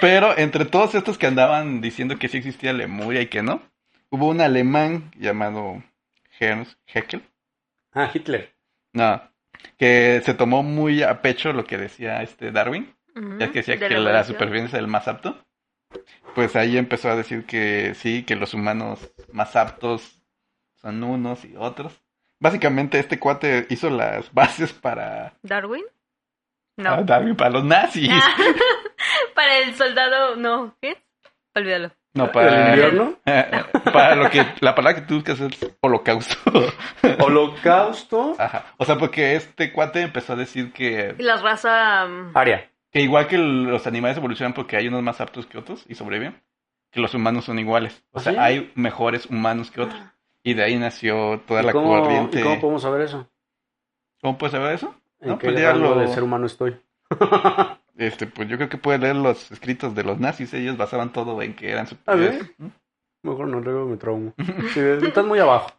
Speaker 1: Pero entre todos estos que andaban diciendo que sí existía Lemuria y que no, hubo un alemán llamado Ernst Haeckel.
Speaker 3: Ah, Hitler.
Speaker 1: No, que se tomó muy a pecho lo que decía este Darwin.
Speaker 2: ujú,
Speaker 1: ya que decía
Speaker 2: Mm, de
Speaker 1: que la,
Speaker 2: evolución.
Speaker 1: supervivencia es el más apto, pues ahí empezó a decir que sí, que los humanos más aptos son unos y otros. Básicamente este cuate hizo las bases para,
Speaker 2: ¿Darwin?
Speaker 1: para
Speaker 2: No. Ah.
Speaker 1: Darwin, para los nazis.
Speaker 2: Para el soldado, no. ¿Qué? Olvídalo.
Speaker 1: No,
Speaker 3: ¿El
Speaker 1: para...
Speaker 3: invierno?
Speaker 1: para lo que... La palabra que tú buscas es holocausto.
Speaker 3: ¿Holocausto?
Speaker 1: Ajá. O sea, porque este cuate empezó a decir que,
Speaker 2: Y la raza. mm,
Speaker 3: Aria.
Speaker 1: que igual que los animales evolucionan porque hay unos más aptos que otros y sobreviven, que los humanos son iguales. O sea,
Speaker 3: ¿Ah, ¿Sí?
Speaker 1: hay mejores humanos que otros. Y de ahí nació toda
Speaker 3: ¿Y
Speaker 1: la
Speaker 3: cómo,
Speaker 1: corriente.
Speaker 3: y cómo podemos saber eso?
Speaker 1: ¿Cómo puedes saber eso?
Speaker 3: ¿En
Speaker 1: No,
Speaker 3: qué
Speaker 1: pues ya
Speaker 3: rango
Speaker 1: lo-
Speaker 3: de ser humano estoy?
Speaker 1: Este, pues yo creo que puedes leer los escritos de los nazis. Ellos basaban todo en que eran
Speaker 3: A ver.
Speaker 1: superiores.
Speaker 3: Mejor no, luego me traumo. Sí, estás muy abajo.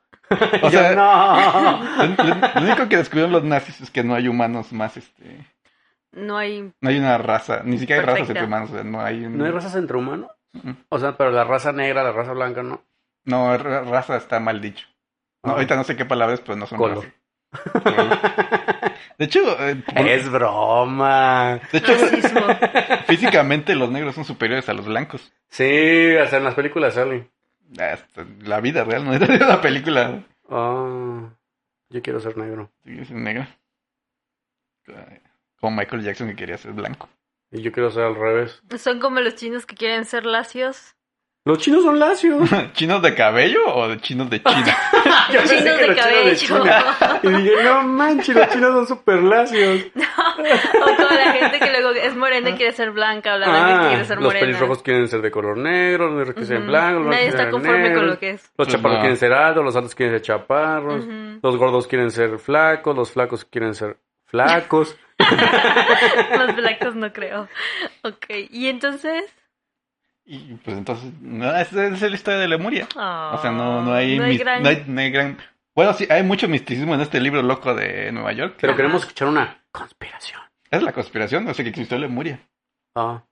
Speaker 1: O
Speaker 3: Y yo,
Speaker 1: sea-
Speaker 3: no.
Speaker 1: Lo, lo- lo único que descubrieron los nazis es que no hay humanos más, este,
Speaker 2: No hay.
Speaker 1: no hay una raza, ni siquiera hay razas
Speaker 2: Perfecta.
Speaker 1: entre humanos, o sea, no hay, un-
Speaker 3: ¿No hay razas entre humanos?
Speaker 1: Mm.
Speaker 3: O sea, pero la raza negra, la raza blanca, ¿no?
Speaker 1: no, ra- raza está mal dicho. No,
Speaker 3: Ah.
Speaker 1: ahorita no sé qué palabras, pero no son
Speaker 3: Color.
Speaker 1: razas. Color. De hecho, eh, por-
Speaker 3: Ah, Es broma.
Speaker 1: de hecho,
Speaker 2: Racismo.
Speaker 1: físicamente los negros son superiores a los blancos.
Speaker 3: Sí, hasta en las películas sale.
Speaker 1: Hasta la vida real no era de una película.
Speaker 3: Ah, yo quiero ser negro.
Speaker 1: Sí, es negro. Como Michael Jackson que quería ser blanco.
Speaker 3: Y yo quiero ser al revés.
Speaker 2: Son como los chinos que quieren ser lacios.
Speaker 3: Los chinos son lacios.
Speaker 1: ¿Chinos de cabello o de chinos de China?
Speaker 3: Yo pensé
Speaker 2: Chinos
Speaker 3: que
Speaker 2: de
Speaker 3: los chinos de
Speaker 2: cabello.
Speaker 3: China. Y dije, no manches, los chinos son super lacios.
Speaker 2: O toda la gente que luego es morena y quiere ser blanca, o la blanca y quiere ser
Speaker 3: Ah, los
Speaker 2: morena.
Speaker 3: pelirrojos quieren ser de color negro, los negros quieren ser
Speaker 2: Ujú.
Speaker 3: blancos, los
Speaker 2: Nadie está conforme con lo que es.
Speaker 3: Los
Speaker 1: Pues
Speaker 3: chaparros
Speaker 1: no.
Speaker 3: quieren ser altos, los altos quieren ser chaparros,
Speaker 2: Ujú.
Speaker 3: los gordos quieren ser flacos, los flacos quieren ser flacos.
Speaker 2: Los blancos no creo. Ok, y entonces.
Speaker 1: y pues entonces, no, esa es la historia de Lemuria. O sea, no, no hay,
Speaker 2: No hay
Speaker 1: mis-
Speaker 2: gran-
Speaker 1: no hay- no hay gran... Bueno, sí, hay mucho misticismo en este libro loco de Nueva York.
Speaker 3: Pero
Speaker 2: Ajá.
Speaker 3: queremos escuchar una conspiración.
Speaker 1: Es la conspiración, o sea que existió Lemuria,
Speaker 3: Ah.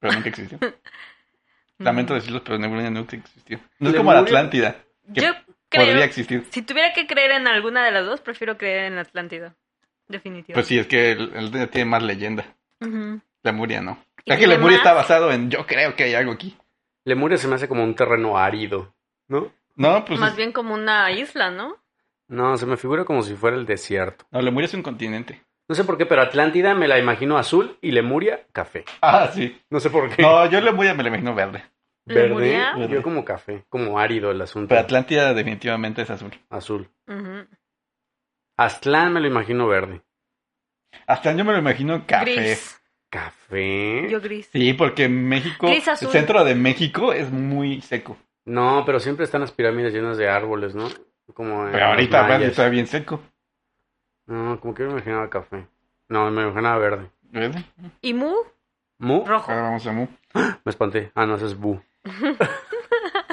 Speaker 1: pero nunca existió.
Speaker 2: Mm.
Speaker 1: Lamento decirlo, pero Lemuria nunca existió. No es como la
Speaker 3: Lemuria-
Speaker 1: Atlántida, que
Speaker 2: Yo creo.
Speaker 1: podría existir.
Speaker 2: Si tuviera que creer en alguna de las dos, prefiero creer en Atlántida. Definitivamente.
Speaker 1: Pues sí, es que el- el- tiene más leyenda.
Speaker 2: Ujú.
Speaker 1: Lemuria no.
Speaker 2: Y
Speaker 1: Es que Lemuria
Speaker 2: además-
Speaker 1: está basado en yo creo que hay algo aquí.
Speaker 3: Lemuria se me hace como un terreno árido, ¿no?
Speaker 1: No, pues
Speaker 2: Más bien como una isla, ¿no?
Speaker 3: No, se me figura como si fuera el desierto.
Speaker 1: No, Lemuria es un continente.
Speaker 3: No sé por qué, pero Atlántida me la imagino azul y Lemuria café.
Speaker 1: Ah, sí.
Speaker 3: No sé por qué.
Speaker 1: No, yo Lemuria me la imagino verde.
Speaker 3: Verde,
Speaker 2: Lemuria.
Speaker 1: Verde.
Speaker 3: yo como café, como árido el asunto.
Speaker 1: Pero Atlántida definitivamente es azul.
Speaker 3: Azul.
Speaker 2: Ujú.
Speaker 3: Aztlán me lo imagino verde.
Speaker 1: Hasta yo me lo imagino café.
Speaker 2: Gris.
Speaker 3: Café.
Speaker 2: Yo gris.
Speaker 1: Sí, porque México,
Speaker 2: Gris azul.
Speaker 1: el centro de México es muy seco.
Speaker 3: No, pero siempre están las pirámides llenas de árboles, ¿no? Como en
Speaker 1: Pero
Speaker 3: los
Speaker 1: ahorita
Speaker 3: mayas.
Speaker 1: verde está bien seco.
Speaker 3: No, como que me imaginaba café. No, me imaginaba verde.
Speaker 1: ¿Verde?
Speaker 2: ¿Y Mu?
Speaker 3: ¿Mu?
Speaker 2: Rojo.
Speaker 1: Ah, Ahora vamos a Mu.
Speaker 3: Me espanté. Ah, no, ese es Bu.
Speaker 1: O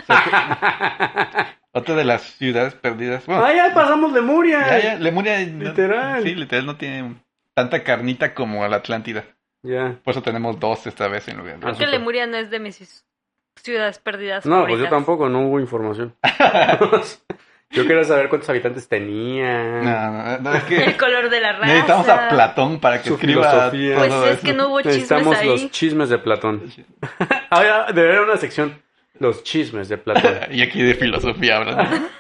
Speaker 1: sea, otra de las ciudades perdidas. Bueno,
Speaker 3: ah, ya pasamos de Muria.
Speaker 1: ya, ya, Lemuria. no-
Speaker 3: Literal.
Speaker 1: sí, literal no tiene tanta carnita como la Atlántida.
Speaker 3: Ya.
Speaker 1: Por eso tenemos dos esta vez en lugar de
Speaker 3: Ah,
Speaker 2: Creo
Speaker 1: uno.
Speaker 2: que
Speaker 3: súper.
Speaker 2: Lemuria no es de mis ci- ciudades perdidas.
Speaker 3: No, pues yo
Speaker 2: favoritas.
Speaker 3: tampoco, no hubo información. yo quería saber cuántos habitantes tenía.
Speaker 1: No, no, no, es
Speaker 2: El
Speaker 1: que
Speaker 2: color de la raza.
Speaker 1: necesitamos a Platón para que
Speaker 3: Su
Speaker 1: escriba
Speaker 3: filosofía.
Speaker 1: todo
Speaker 2: Pues es
Speaker 1: eso.
Speaker 2: que no hubo chismes
Speaker 3: Necesitamos
Speaker 2: ahí.
Speaker 3: los chismes de Platón. Ahora debería haber una sección. Los chismes de Platón.
Speaker 1: Y aquí de filosofía hablando.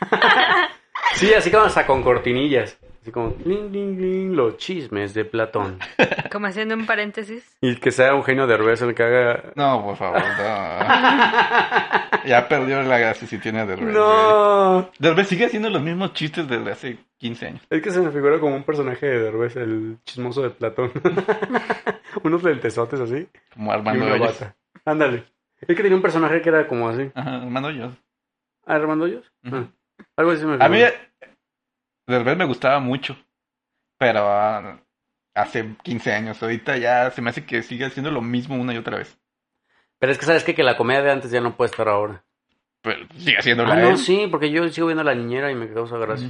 Speaker 3: Sí, así como hasta con cortinillas. Así como, "Lin, lin, lin, los chismes de Platón.
Speaker 2: Como haciendo un paréntesis.
Speaker 3: Y que sea un genio de revés el que haga...
Speaker 1: No, por favor, no. Ya perdió la gracia si tiene a Derbez. güey.
Speaker 3: No.
Speaker 1: Derbez sigue haciendo los mismos chistes desde hace 15 años.
Speaker 3: Es que se me figura como un personaje de Derbez, el chismoso de Platón. Unos lentesotes así.
Speaker 1: Como
Speaker 3: Y
Speaker 1: Armando
Speaker 3: una
Speaker 1: Hoyos.
Speaker 3: bata. Ándale. Es que tenía un personaje que era como así.
Speaker 1: Ajá, Armando Hoyos.
Speaker 3: ¿Ah, ¿Armando Hoyos?
Speaker 1: Ujú.
Speaker 3: Ah, Algo así se me figura.
Speaker 1: A mí Derbez me gustaba mucho. Pero ah, hace 15 años. Ahorita ya se me hace que sigue haciendo lo mismo una y otra vez.
Speaker 3: Pero es que sabes qué? que la comedia de antes ya no puede estar ahora.
Speaker 1: Pero sigue haciendo
Speaker 3: Ah,
Speaker 1: la
Speaker 3: no, sí, porque yo sigo viendo a la niñera y me causa gracia.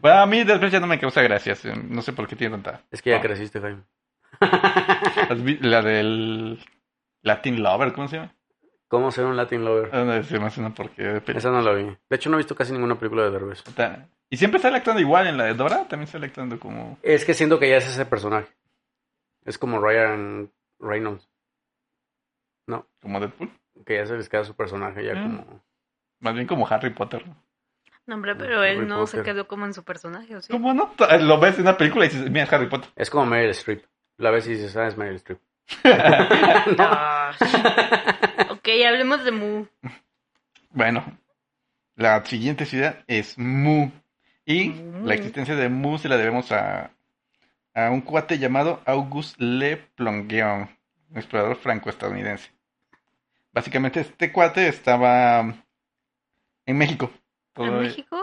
Speaker 1: Bueno, a mí Derbez ya no me causa gracias. No sé por qué tiene tanta.
Speaker 3: Es que ya
Speaker 1: Ah.
Speaker 3: creciste, Jaime.
Speaker 1: ¿Has vi- La del Latin Lover, ¿cómo se llama?
Speaker 3: ¿Cómo ser un Latin lover?
Speaker 1: Ah, no, se me hace una porquería de película.
Speaker 3: Esa no la vi. De hecho, no he visto casi ninguna película de Derbez.
Speaker 1: Ta- Y siempre sale actuando igual en la de Dora, también sale actuando como...
Speaker 3: Es que siento que ya es ese personaje. Es como Ryan Reynolds,
Speaker 1: como Deadpool.
Speaker 3: que ya se les queda su personaje ya
Speaker 1: Mm.
Speaker 3: como...
Speaker 1: Más bien como Harry Potter. ¿no?
Speaker 2: No, hombre, pero
Speaker 3: Harry
Speaker 2: él no se
Speaker 3: Potter.
Speaker 2: quedó como en su personaje, ¿o sí?
Speaker 1: Como no, T- lo ves en una película y dices, mira, es Harry Potter.
Speaker 3: Es como Meryl Streep. La ves y dices, ah, es Meryl Streep.
Speaker 2: Ah, ok, hablemos de Mu.
Speaker 1: Bueno, la siguiente ciudad es Mu. Y
Speaker 2: Mu.
Speaker 1: la existencia de Mu se la debemos a, a un cuate llamado August Le Plongeon, un explorador franco-estadounidense. Básicamente este cuate estaba en México.
Speaker 2: ¿En
Speaker 1: Todo-
Speaker 2: México?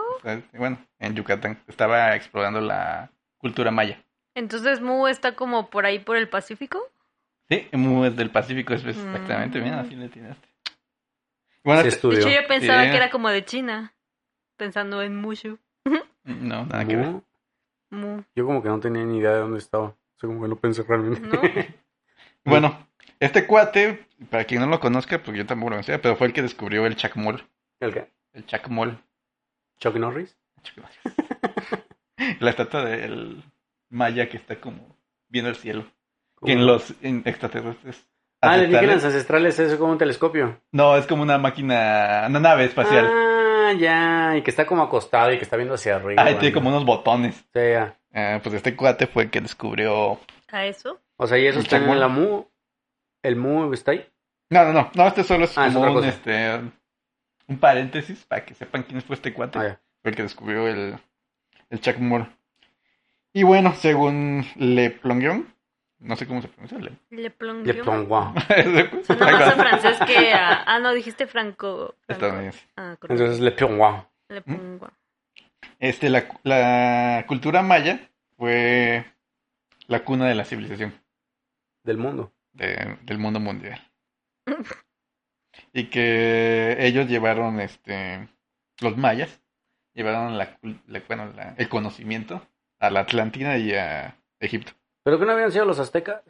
Speaker 1: Bueno, en Yucatán. Estaba explorando la cultura maya.
Speaker 2: Entonces Mu está como por ahí por el Pacífico.
Speaker 1: Sí, Mu es del Pacífico, es exactamente.
Speaker 2: Mm.
Speaker 1: Mira, así le tiraste. Bueno,
Speaker 3: Sí
Speaker 1: Ah, te-
Speaker 2: De
Speaker 3: estudió.
Speaker 2: hecho, yo pensaba
Speaker 1: Sí.
Speaker 2: que era como de China. Pensando en Mushu.
Speaker 1: no, nada que ver.
Speaker 3: Mu,
Speaker 2: Mu,
Speaker 3: Yo como que no tenía ni idea de dónde estaba. O sea, como que no pensé realmente.
Speaker 2: ¿no?
Speaker 1: Bueno, este cuate, para quien no lo conozca, porque yo tampoco lo conocía, pero fue el que descubrió el chacmol.
Speaker 3: ¿El qué?
Speaker 1: El chacmol.
Speaker 3: ¿Chuck Norris?
Speaker 1: La estatua del maya que está como viendo el cielo. Que
Speaker 3: ¿Cómo?
Speaker 1: en los en extraterrestres.
Speaker 3: Ah, les dije que
Speaker 1: ancestrales-
Speaker 3: las ancestrales es como un telescopio.
Speaker 1: No, es como una máquina, una nave espacial.
Speaker 3: Ah, ya. Y que está como acostado y que está viendo hacia arriba.
Speaker 1: Ahí Ah, tiene como unos botones.
Speaker 3: O sea,
Speaker 1: Ah, pues este cuate fue el que descubrió.
Speaker 2: ¿A eso?
Speaker 3: o sea, y eso
Speaker 1: El
Speaker 3: está en
Speaker 1: chacmol.
Speaker 3: la mu. ¿El mu está ahí?
Speaker 1: No, no, no, no, este solo es
Speaker 3: Ah, es
Speaker 1: como
Speaker 3: otra
Speaker 1: un,
Speaker 3: cosa.
Speaker 1: este, un paréntesis para que sepan quién fue este cuate.
Speaker 3: Ah, ya.
Speaker 1: Fue el que descubrió el, el Chacmol. Y bueno, según Le Plongeon, no sé cómo se pronuncia. Le...
Speaker 2: Le
Speaker 3: Le
Speaker 2: plongió.
Speaker 3: plonguá.
Speaker 2: Suena más a francés que a... Ah, no, dijiste franco. franco.
Speaker 1: Estadounidense.
Speaker 2: Ah, correcto.
Speaker 3: Entonces, ¿Mm? le plonguá.
Speaker 2: Le pongo.
Speaker 1: Este, la, la cultura maya fue la cuna de la civilización
Speaker 3: Del mundo.
Speaker 1: de- del mundo mundial. Y que ellos llevaron, este, los mayas, llevaron la, cul- la- bueno, la- el conocimiento a la Atlantina y a Egipto.
Speaker 3: ¿Pero que no habían sido los aztecas?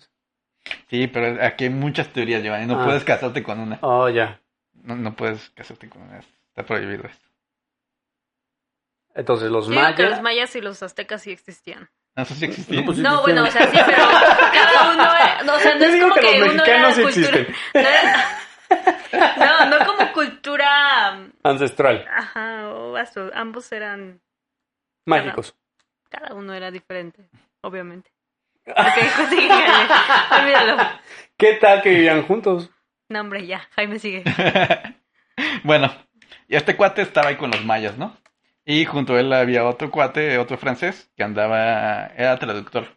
Speaker 1: Sí, pero aquí hay muchas teorías, Giovanni. No
Speaker 3: Ah.
Speaker 1: puedes casarte con una.
Speaker 3: Oh, ya.
Speaker 1: No, no puedes casarte con una. Está prohibido esto.
Speaker 3: Entonces, los
Speaker 2: Yo digo que
Speaker 3: mayas.
Speaker 2: los mayas y los aztecas sí existían.
Speaker 1: No sé si existía.
Speaker 3: No, pues sí.
Speaker 2: No, bueno, o sea, sí, pero cada uno, eh, no, o sea, no
Speaker 3: Yo
Speaker 2: es
Speaker 3: digo
Speaker 2: como que,
Speaker 3: que los
Speaker 2: uno era
Speaker 3: mexicanos sí
Speaker 2: cultura, no, era- no, no como cultura, um,
Speaker 3: Ancestral.
Speaker 2: ajá, o aso- ambos eran,
Speaker 3: Mágicos.
Speaker 2: cada uno era diferente, obviamente. Ok, pues sigue, Jaime, olvídalo.
Speaker 3: ¿Qué tal que vivían juntos?
Speaker 2: No, hombre, ya, Jaime sigue.
Speaker 1: Bueno, y este cuate estaba ahí con los mayas, ¿no? Y junto a él había otro cuate, otro francés, que andaba, era traductor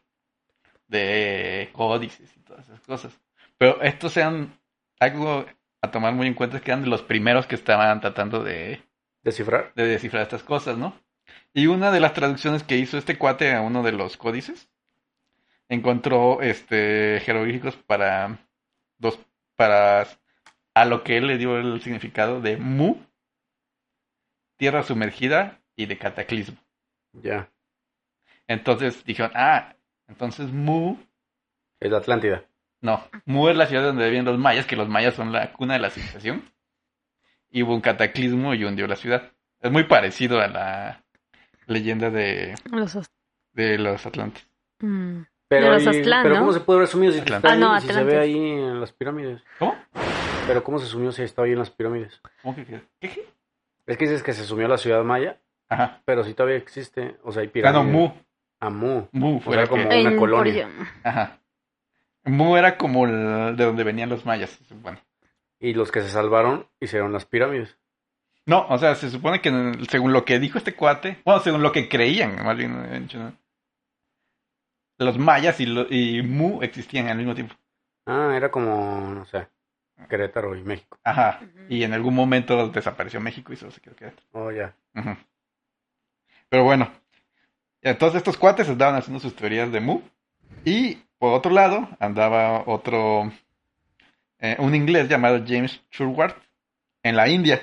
Speaker 1: de códices y todas esas cosas. Pero estos eran algo a tomar muy en cuenta es que eran de los primeros que estaban tratando de,
Speaker 3: Descifrar.
Speaker 1: de descifrar estas cosas, ¿no? Y una de las traducciones que hizo este cuate a uno de los códices encontró este jeroglíficos para dos para a lo que él le dio el significado de Mu, tierra sumergida y de cataclismo.
Speaker 3: Ya.
Speaker 1: Entonces dijeron, ah, entonces Mu,
Speaker 3: Es la Atlántida.
Speaker 1: no, Mu es la ciudad donde viven los mayas, que los mayas son la cuna de la civilización. Y hubo un cataclismo y hundió la ciudad. Es muy parecido a la leyenda de,
Speaker 2: Los os-
Speaker 1: de los Atlantes.
Speaker 2: mm.
Speaker 3: Pero,
Speaker 2: los
Speaker 3: ahí-
Speaker 2: Aztlán,
Speaker 3: pero
Speaker 2: ¿no?
Speaker 3: ¿cómo se puede haber sumido si,
Speaker 1: Aztlán.
Speaker 3: está
Speaker 2: Ah, no,
Speaker 3: ahí, si se ve
Speaker 2: Atlantes.
Speaker 3: ahí en las pirámides?
Speaker 1: ¿Cómo?
Speaker 3: Pero ¿cómo se sumió si estaba ahí en las pirámides?
Speaker 1: ¿Cómo que qué? qué?
Speaker 3: Es que dices que se sumió a la ciudad maya,
Speaker 1: Ajá.
Speaker 3: pero sí todavía existe. O sea,
Speaker 1: Ah,
Speaker 3: hay
Speaker 1: no,
Speaker 3: pirámides.
Speaker 1: Mu.
Speaker 3: A Mu.
Speaker 1: Mu fuera
Speaker 3: sea, como-
Speaker 1: que-
Speaker 3: una colonia.
Speaker 2: por-
Speaker 1: Ajá. Mu era como el- de donde venían los mayas, se supone.
Speaker 3: Y los que se salvaron hicieron las pirámides.
Speaker 1: No, o sea, se supone que en- según lo que dijo este cuate, bueno, según lo que creían, más bien, eh, dicho, ¿no? los mayas y, lo- y Mu existían al mismo tiempo.
Speaker 3: Ah, era como, no sé, Querétaro y México.
Speaker 1: Ajá.
Speaker 2: Ujú.
Speaker 1: Y en algún momento desapareció México y solo se quedó Querétaro.
Speaker 3: Oh, ya.
Speaker 1: Ujú. Pero bueno, entonces estos cuates andaban haciendo sus teorías de Mu. Y por otro lado, andaba otro, eh, un inglés llamado James Churward en la India,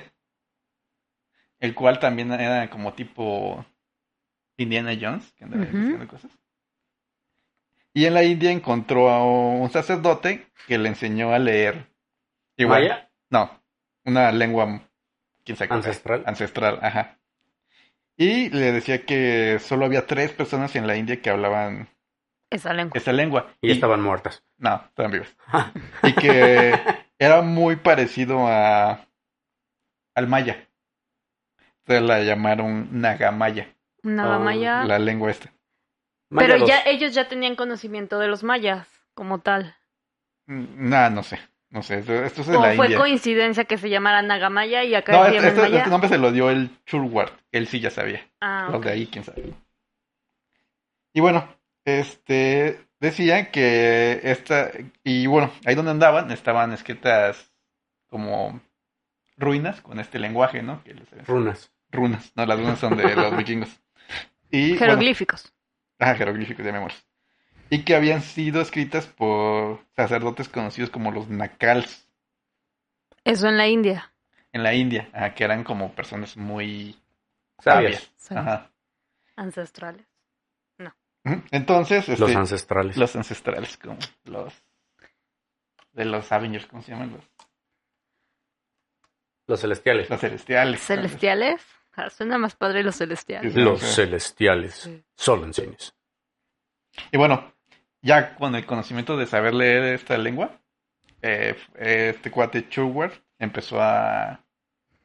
Speaker 1: el cual también era como tipo Indiana Jones, que andaba
Speaker 2: Ujú.
Speaker 1: haciendo cosas. Y en la India encontró a un sacerdote que le enseñó a leer. Igual,
Speaker 3: ¿Maya?
Speaker 1: no, una lengua, quién sabe. cómo sea.
Speaker 3: Ancestral.
Speaker 1: Ancestral, ajá. Y le decía que solo había tres personas en la India que hablaban
Speaker 2: Esa lengua.
Speaker 1: esa lengua.
Speaker 3: Y estaban muertas.
Speaker 1: No, estaban vivas. y que era muy parecido a... al maya. Entonces la llamaron Nagamaya,
Speaker 2: Nada
Speaker 3: Ah,
Speaker 2: maya.
Speaker 1: la lengua esta.
Speaker 3: Maya
Speaker 2: Pero
Speaker 3: los-
Speaker 2: ya ellos ya tenían conocimiento de los mayas como tal.
Speaker 1: Mm, Nah, no sé. No sé, esto, esto es de
Speaker 2: o
Speaker 1: la
Speaker 2: fue
Speaker 1: India.
Speaker 2: coincidencia que se llamara Nagamaya y acá
Speaker 1: No,
Speaker 2: se
Speaker 1: este,
Speaker 2: llaman
Speaker 1: este-
Speaker 2: Maya.
Speaker 1: este nombre se lo dio el Churward. Él sí ya sabía.
Speaker 2: Ah,
Speaker 1: Los
Speaker 2: ok.
Speaker 1: de ahí, quién sabe. Y bueno, este decía que esta, y bueno, ahí donde andaban estaban escritas como ruinas con este lenguaje, ¿no? Que les-
Speaker 3: Runas.
Speaker 1: runas, no, las runas son de los vikingos. Y, bueno,
Speaker 2: Jeroglíficos.
Speaker 1: ajá, jeroglíficos, llamémoslos. Y que habían sido escritas por sacerdotes conocidos como los Nakals
Speaker 2: Eso en la India.
Speaker 1: en la India, ajá, que eran como personas muy
Speaker 3: Sabias.
Speaker 1: sabias.
Speaker 2: Sabias.
Speaker 1: Ajá.
Speaker 2: Ancestrales.
Speaker 1: Ujú. Entonces, este,
Speaker 3: Los ancestrales.
Speaker 1: Los ancestrales, como los de los Avengers, ¿cómo se llaman? Los,
Speaker 3: Los celestiales.
Speaker 1: los celestiales.
Speaker 2: ¿Celestiales? Ah, suena más padre los celestiales.
Speaker 1: Sí.
Speaker 3: Los
Speaker 1: Ajá.
Speaker 3: celestiales.
Speaker 2: Sí.
Speaker 3: Solo en cines.
Speaker 1: Y bueno, ya con el conocimiento de saber leer esta lengua, eh, este cuate Churward empezó a,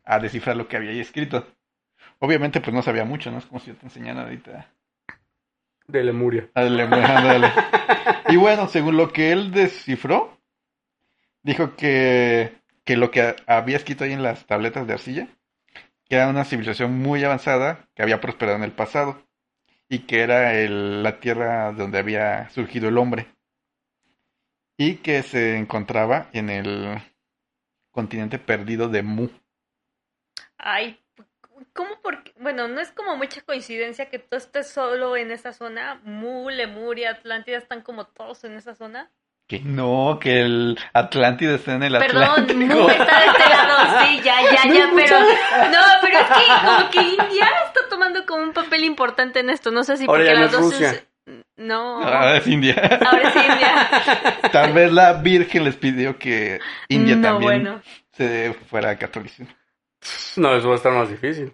Speaker 1: a descifrar lo que había ahí escrito. Obviamente, pues no sabía mucho, ¿no? Es como si yo te enseñara ahorita.
Speaker 3: De Lemuria.
Speaker 1: Ándale, bueno, ándale. Y bueno, según lo que él descifró, dijo que, que lo que había escrito ahí en las tabletas de arcilla, que era una civilización muy avanzada que había prosperado en el pasado y que era el- la tierra donde había surgido el hombre y que se encontraba en el continente perdido de Mu.
Speaker 2: Ay, ¿cómo porque? Bueno, no es como mucha coincidencia que tú estés solo en esa zona. Mu, Lemuria, Atlántida están como todos en esa zona.
Speaker 1: Que no, que el Atlántida está en el Atlántico.
Speaker 2: Perdón, Mu está de este lado, sí, ya, ya, Ah, ya, pero no, pero es que como que India está tomando como un papel importante en esto. No sé si
Speaker 3: Ahora
Speaker 2: porque
Speaker 3: ya no
Speaker 2: las
Speaker 3: es
Speaker 2: dos
Speaker 3: Rusia.
Speaker 2: es- no,
Speaker 1: Ah, es India.
Speaker 2: ahora sí India.
Speaker 1: Tal vez la Virgen les pidió que India
Speaker 2: no,
Speaker 1: también
Speaker 2: bueno,
Speaker 1: se fuera a catolicismo.
Speaker 3: No, eso va a estar más difícil.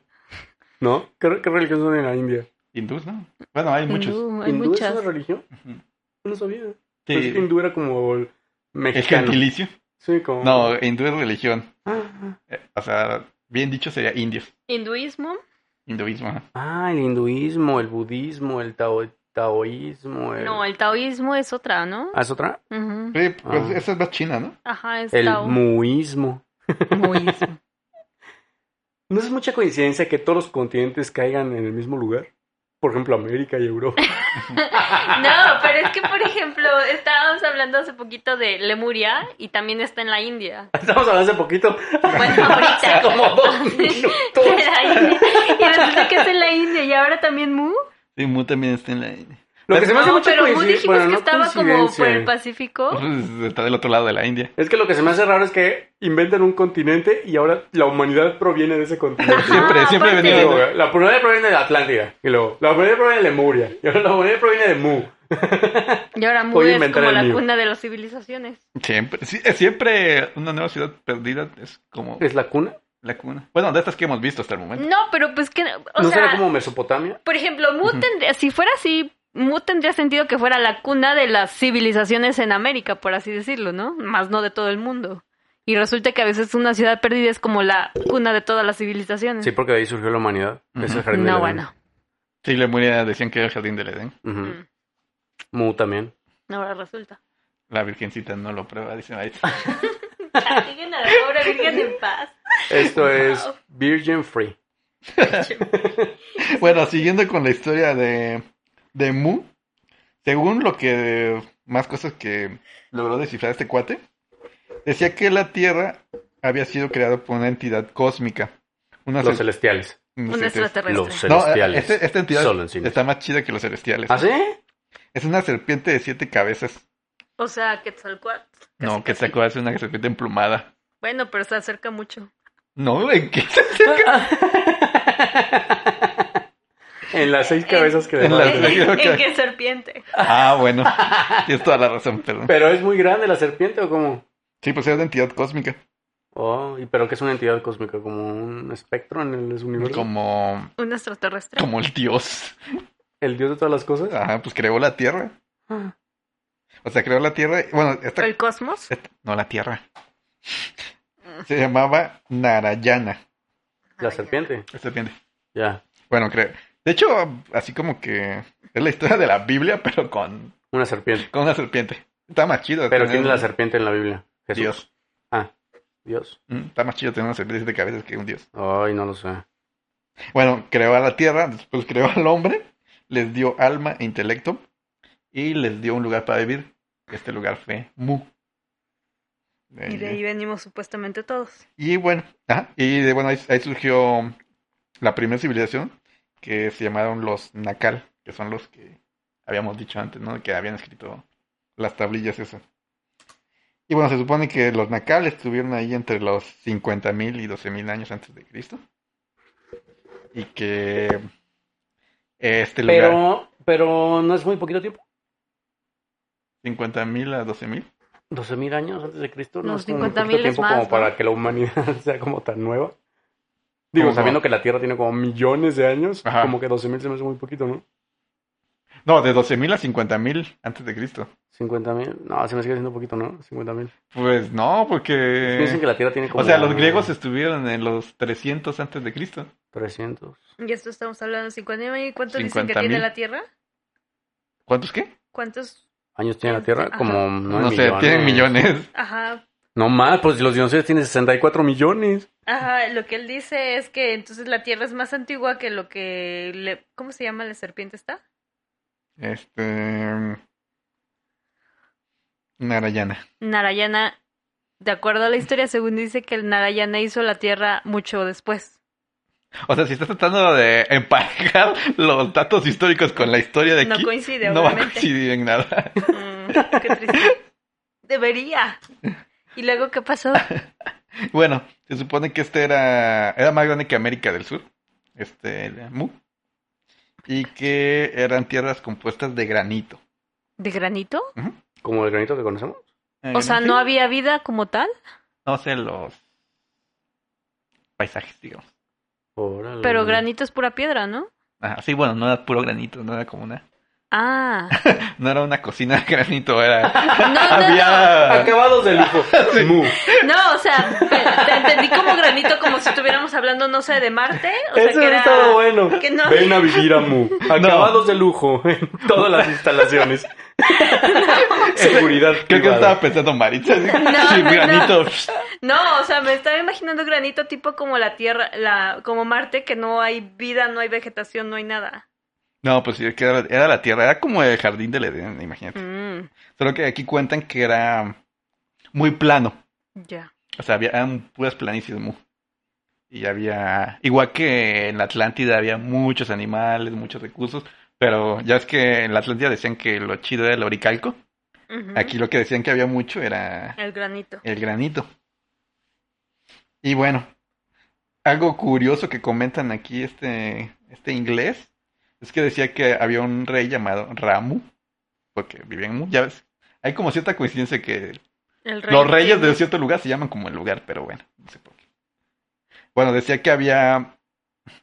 Speaker 3: ¿No? ¿Qué, qué religión son en la India?
Speaker 1: Hindús, ¿no? Bueno, hay muchos.
Speaker 2: Hindú, hay
Speaker 3: ¿Hindú
Speaker 2: muchas.
Speaker 3: es una religión?
Speaker 1: Ujú.
Speaker 3: No sabía.
Speaker 1: Sí,
Speaker 3: Pues hindú era como el
Speaker 1: ¿El
Speaker 3: mexicano.
Speaker 1: gentilicio?
Speaker 3: Sí, como...
Speaker 1: No, hindú es religión.
Speaker 3: Ah,
Speaker 1: Eh, O sea, bien dicho sería indios.
Speaker 2: Hinduismo,
Speaker 1: Hinduismo. ajá.
Speaker 3: ah, el hinduismo, el budismo, el tao- taoísmo. El...
Speaker 2: no, el taoísmo es otra, ¿no?
Speaker 3: ¿Ah, es otra?
Speaker 2: Ujú.
Speaker 1: Sí, pues
Speaker 3: Ah.
Speaker 1: esa es más china, ¿no?
Speaker 2: Ajá, es
Speaker 3: El
Speaker 2: tao.
Speaker 3: muismo.
Speaker 2: Muismo.
Speaker 3: ¿No es mucha coincidencia que todos los continentes caigan en el mismo lugar? Por ejemplo, América y Europa.
Speaker 2: No, pero es que, por ejemplo, estábamos hablando hace poquito de Lemuria y también está en la India.
Speaker 3: Estamos hablando hace poquito.
Speaker 2: Bueno, ahorita.
Speaker 3: Hace como dos minutos.
Speaker 2: De la India. Y resulta que es en la India y ahora también Mu.
Speaker 1: Sí, Mu también está en la India.
Speaker 3: Lo que se me hace
Speaker 2: No,
Speaker 3: mucha
Speaker 2: pero Moon
Speaker 3: coinciden-
Speaker 2: dijimos
Speaker 3: bueno,
Speaker 2: que
Speaker 3: no
Speaker 2: estaba como
Speaker 3: coincidencia.
Speaker 2: por el Pacífico.
Speaker 1: Pues, está del otro lado de la India.
Speaker 3: Es que lo que se me hace raro es que inventan un continente y ahora la humanidad proviene de ese continente.
Speaker 1: Siempre,
Speaker 2: Ajá,
Speaker 1: siempre he
Speaker 2: Ah, aparte.
Speaker 3: Y
Speaker 1: venido.
Speaker 3: luego, la humanidad proviene de la Atlántida. Y luego, la humanidad proviene de Lemuria. Y ahora la humanidad proviene de Mu.
Speaker 2: Y ahora Mu
Speaker 3: Voy a
Speaker 2: es
Speaker 3: inventar
Speaker 2: como
Speaker 3: el
Speaker 2: la
Speaker 3: mío.
Speaker 2: cuna de las civilizaciones.
Speaker 1: Siempre, sí, eh, siempre una nueva ciudad perdida es como
Speaker 3: ¿Es la cuna?
Speaker 1: la cuna. Bueno, de estas que hemos visto hasta el momento.
Speaker 2: No, pero pues que. O
Speaker 3: ¿No será
Speaker 2: sea,
Speaker 3: como Mesopotamia?
Speaker 2: por ejemplo, Mu
Speaker 1: Ujú.
Speaker 2: tendría. Si fuera así, Mu tendría sentido que fuera la cuna de las civilizaciones en América, por así decirlo, ¿no? Más no de todo el mundo. Y resulta que a veces una ciudad perdida es como la cuna de todas las civilizaciones.
Speaker 3: Sí, porque de ahí surgió la humanidad.
Speaker 1: Ujú.
Speaker 3: Es el jardín
Speaker 2: no,
Speaker 3: del
Speaker 2: bueno.
Speaker 1: Sí, Lemuria decían que era el jardín del Edén.
Speaker 3: Edén. Ujú.
Speaker 2: Mm,
Speaker 3: Mu también.
Speaker 2: Ahora resulta.
Speaker 1: La virgencita no lo prueba, dicen ahí.
Speaker 2: Dejen a la pobre virgen en paz.
Speaker 3: Esto
Speaker 2: Wow.
Speaker 3: es Virgin Free.
Speaker 1: Bueno, siguiendo con la historia de, de Mu, según lo que más cosas que logró descifrar este cuate, decía que la Tierra había sido creada por una entidad cósmica. Una
Speaker 3: Los
Speaker 1: ce-
Speaker 3: celestiales.
Speaker 1: no
Speaker 2: Un
Speaker 1: sé qué es.
Speaker 2: extraterrestre.
Speaker 3: Los
Speaker 1: Ah, No,
Speaker 3: celestiales.
Speaker 1: este- esta entidad
Speaker 3: Solo en cine.
Speaker 1: está más chida que los celestiales.
Speaker 3: ¿Ah, sí?
Speaker 1: Es una serpiente de siete cabezas.
Speaker 2: O sea, Quetzalcoatl.
Speaker 1: no,
Speaker 2: Casi,
Speaker 1: que
Speaker 2: casi.
Speaker 1: te acuerdas de una serpiente emplumada.
Speaker 2: Bueno, pero se acerca mucho.
Speaker 1: No, ¿en qué?
Speaker 3: en las seis cabezas que
Speaker 1: En la-
Speaker 3: demás.
Speaker 1: creo
Speaker 2: ¿En
Speaker 1: que-
Speaker 2: qué serpiente?
Speaker 1: Ah, bueno. Tienes toda la razón, perdón.
Speaker 3: ¿Pero es muy grande la serpiente o cómo?
Speaker 1: Sí, pues era una entidad cósmica.
Speaker 3: Oh, ¿y pero qué es una entidad cósmica? ¿Como un espectro en el universo?
Speaker 1: Como,
Speaker 2: ¿Un extraterrestre?
Speaker 1: como el dios.
Speaker 3: ¿El dios de todas las cosas?
Speaker 1: Ajá, pues creó la Tierra.
Speaker 3: Ah.
Speaker 1: O sea, creó la Tierra. Bueno, esta.
Speaker 2: ¿El cosmos?
Speaker 1: esta- no, la Tierra. Se llamaba Narayana.
Speaker 3: La
Speaker 2: Ay,
Speaker 3: serpiente.
Speaker 1: la serpiente.
Speaker 3: Ya.
Speaker 1: Bueno, creo. De hecho, así como que es la historia de la Biblia, pero con,
Speaker 3: Una serpiente.
Speaker 1: con una serpiente. Está más chido.
Speaker 3: ¿Pero
Speaker 1: tener
Speaker 3: quién es la
Speaker 1: un
Speaker 3: serpiente en la Biblia? Jesús.
Speaker 1: Dios.
Speaker 3: Ah, Dios.
Speaker 1: Mm, Está más chido tener una serpiente de siete cabezas que un dios.
Speaker 3: Ay, no lo sé.
Speaker 1: Bueno, creó a la tierra, después creó al hombre, les dio alma e intelecto y les dio un lugar para vivir. Este lugar fue Mu. Eh,
Speaker 2: ya. Y de ahí venimos supuestamente todos.
Speaker 1: Y bueno, ajá, y de, bueno ahí, ahí surgió la primera civilización que se llamaron los Nakal, que son los que habíamos dicho antes, ¿no? Que habían escrito las tablillas esas. Y bueno, se supone que los Nakal estuvieron ahí entre los 50.000 y 12.000 años antes de Cristo. Y que este lugar,
Speaker 3: Pero, pero no es muy poquito tiempo.
Speaker 1: 50.000 a 12.000.
Speaker 3: 12.000 años antes de Cristo no
Speaker 2: No,
Speaker 3: es como muy
Speaker 2: 50,000
Speaker 3: poquito
Speaker 2: es
Speaker 3: tiempo
Speaker 2: más,
Speaker 3: como
Speaker 2: ¿no?
Speaker 3: para que la humanidad sea como tan nueva. Digo,
Speaker 1: Como-
Speaker 3: sabiendo que la Tierra tiene como millones de años,
Speaker 1: Ajá.
Speaker 3: como que 12.000 se me hace muy poquito, ¿no?
Speaker 1: No, de 12.000 a 50.000 antes de Cristo.
Speaker 3: 50.000, no, se me sigue haciendo poquito, ¿no? 50.000.
Speaker 1: Pues no, porque...
Speaker 3: Piensen que la Tierra tiene como...
Speaker 1: O sea, los griegos estuvieron en los 300 antes de Cristo.
Speaker 3: 300.
Speaker 2: Y esto estamos hablando de 50 mil. ¿Cuántos dicen que
Speaker 1: 50,000?
Speaker 2: tiene la Tierra?
Speaker 1: ¿Cuántos qué?
Speaker 2: ¿Cuántos?
Speaker 3: ¿Años tiene la Tierra?
Speaker 2: Ajá.
Speaker 3: Como
Speaker 1: No,
Speaker 3: 9
Speaker 1: sé, tienen millones.
Speaker 2: Ajá.
Speaker 3: No más, pues los dinosaurios tienen 64 millones.
Speaker 2: Ajá, lo que él dice es que entonces la Tierra es más antigua que lo que le... ¿Cómo se llama la serpiente esta?
Speaker 1: Este. Narayana.
Speaker 2: Narayana, de acuerdo a la historia, según dice que el Narayana hizo la Tierra mucho después.
Speaker 1: O sea, si estás tratando de emparejar los datos históricos con la historia de
Speaker 2: No
Speaker 1: aquí,
Speaker 2: coincide,
Speaker 1: no va a
Speaker 2: obviamente.
Speaker 1: coincidir en nada.
Speaker 2: Mm, qué triste. Debería. ¿Y luego qué pasó?
Speaker 1: Bueno, se supone que este era, era más grande que América del Sur, este el Mu, y que eran tierras compuestas de granito.
Speaker 2: ¿De granito?
Speaker 3: Como el granito que conocemos.
Speaker 2: O sea, no había vida como tal,
Speaker 1: No sé los paisajes, digamos.
Speaker 3: Órale.
Speaker 1: Mm.
Speaker 2: pero granito es pura piedra, ¿no?
Speaker 1: Ajá, sí, bueno, no era puro granito, no era como una,
Speaker 2: Ah,
Speaker 1: no era una cocina de granito, era
Speaker 2: no, no,
Speaker 1: había
Speaker 3: Acabados de lujo. Mu.
Speaker 2: no, o sea, te, te entendí como granito, como si estuviéramos hablando, no sé, de Marte. O sea,
Speaker 3: Eso
Speaker 2: que
Speaker 3: hubiera
Speaker 2: era...
Speaker 3: estado bueno.
Speaker 2: que no-
Speaker 3: Ven a vivir a Mu. Acabados de lujo en todas las instalaciones. Seguridad.
Speaker 1: creo que
Speaker 3: privada.
Speaker 1: estaba pensando Maritza, sí,
Speaker 2: no, no.
Speaker 1: granito.
Speaker 2: No, o sea, me estaba imaginando granito tipo como la Tierra, la como Marte, que no hay vida, no hay vegetación, no hay nada.
Speaker 1: No, pues sí, que era, era la tierra, era como el jardín del Edén, imagínate.
Speaker 2: Mm,
Speaker 1: Solo que aquí cuentan que era muy plano,
Speaker 2: ya.
Speaker 1: o sea, había eran puras planicies mu. Y había, igual que en la Atlántida había muchos animales, muchos recursos, Pero ya es que en la Atlántida decían que lo chido era el oricalco.
Speaker 2: Ujú.
Speaker 1: Aquí lo que decían que había mucho era
Speaker 2: El granito.
Speaker 1: el granito. Y bueno, algo curioso que comentan aquí este, este inglés es que decía que había un rey llamado Ramu, porque vivía en Mu, ya ves. Hay como cierta coincidencia que
Speaker 2: El rey
Speaker 1: los reyes
Speaker 2: tiene-
Speaker 1: de cierto lugar se llaman como el lugar, pero bueno, no sé por qué. Bueno, decía que había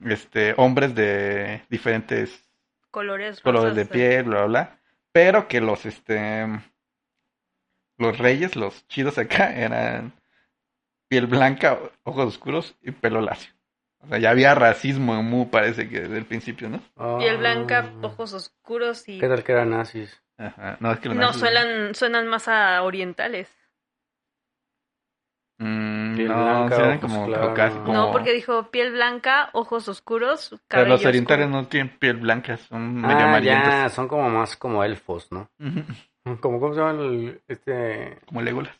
Speaker 1: este hombres de diferentes
Speaker 2: colores
Speaker 1: colores
Speaker 2: rosas,
Speaker 1: de
Speaker 2: sí.
Speaker 1: piel, bla, bla, bla, pero que los este los reyes, los chidos acá eran piel blanca, ojos oscuros y pelo lacio. O sea, ya había racismo en Mu, parece que desde el principio, ¿no?
Speaker 2: Piel blanca,
Speaker 3: Ah.
Speaker 2: ojos oscuros y
Speaker 3: ¿Qué tal que eran nazis?
Speaker 1: Ajá. No, es que los
Speaker 2: no
Speaker 1: nazis-
Speaker 2: suenan suenan más a orientales.
Speaker 1: Mm,
Speaker 3: Piel
Speaker 1: no,
Speaker 3: blanca,
Speaker 1: sí eran
Speaker 3: ojos
Speaker 1: como
Speaker 3: claros.
Speaker 1: caucásicos,
Speaker 2: No,
Speaker 1: como-
Speaker 2: porque dijo piel blanca, ojos oscuros,
Speaker 1: O sea,
Speaker 2: cabello
Speaker 1: los orientales
Speaker 2: oscuro.
Speaker 1: no tienen piel blanca, son medio
Speaker 3: Ah,
Speaker 1: amarillentos.
Speaker 3: ya, son como más como elfos, ¿no?
Speaker 1: Ujú,
Speaker 3: Como, ¿Cómo se llama el, este
Speaker 1: Como Legolas.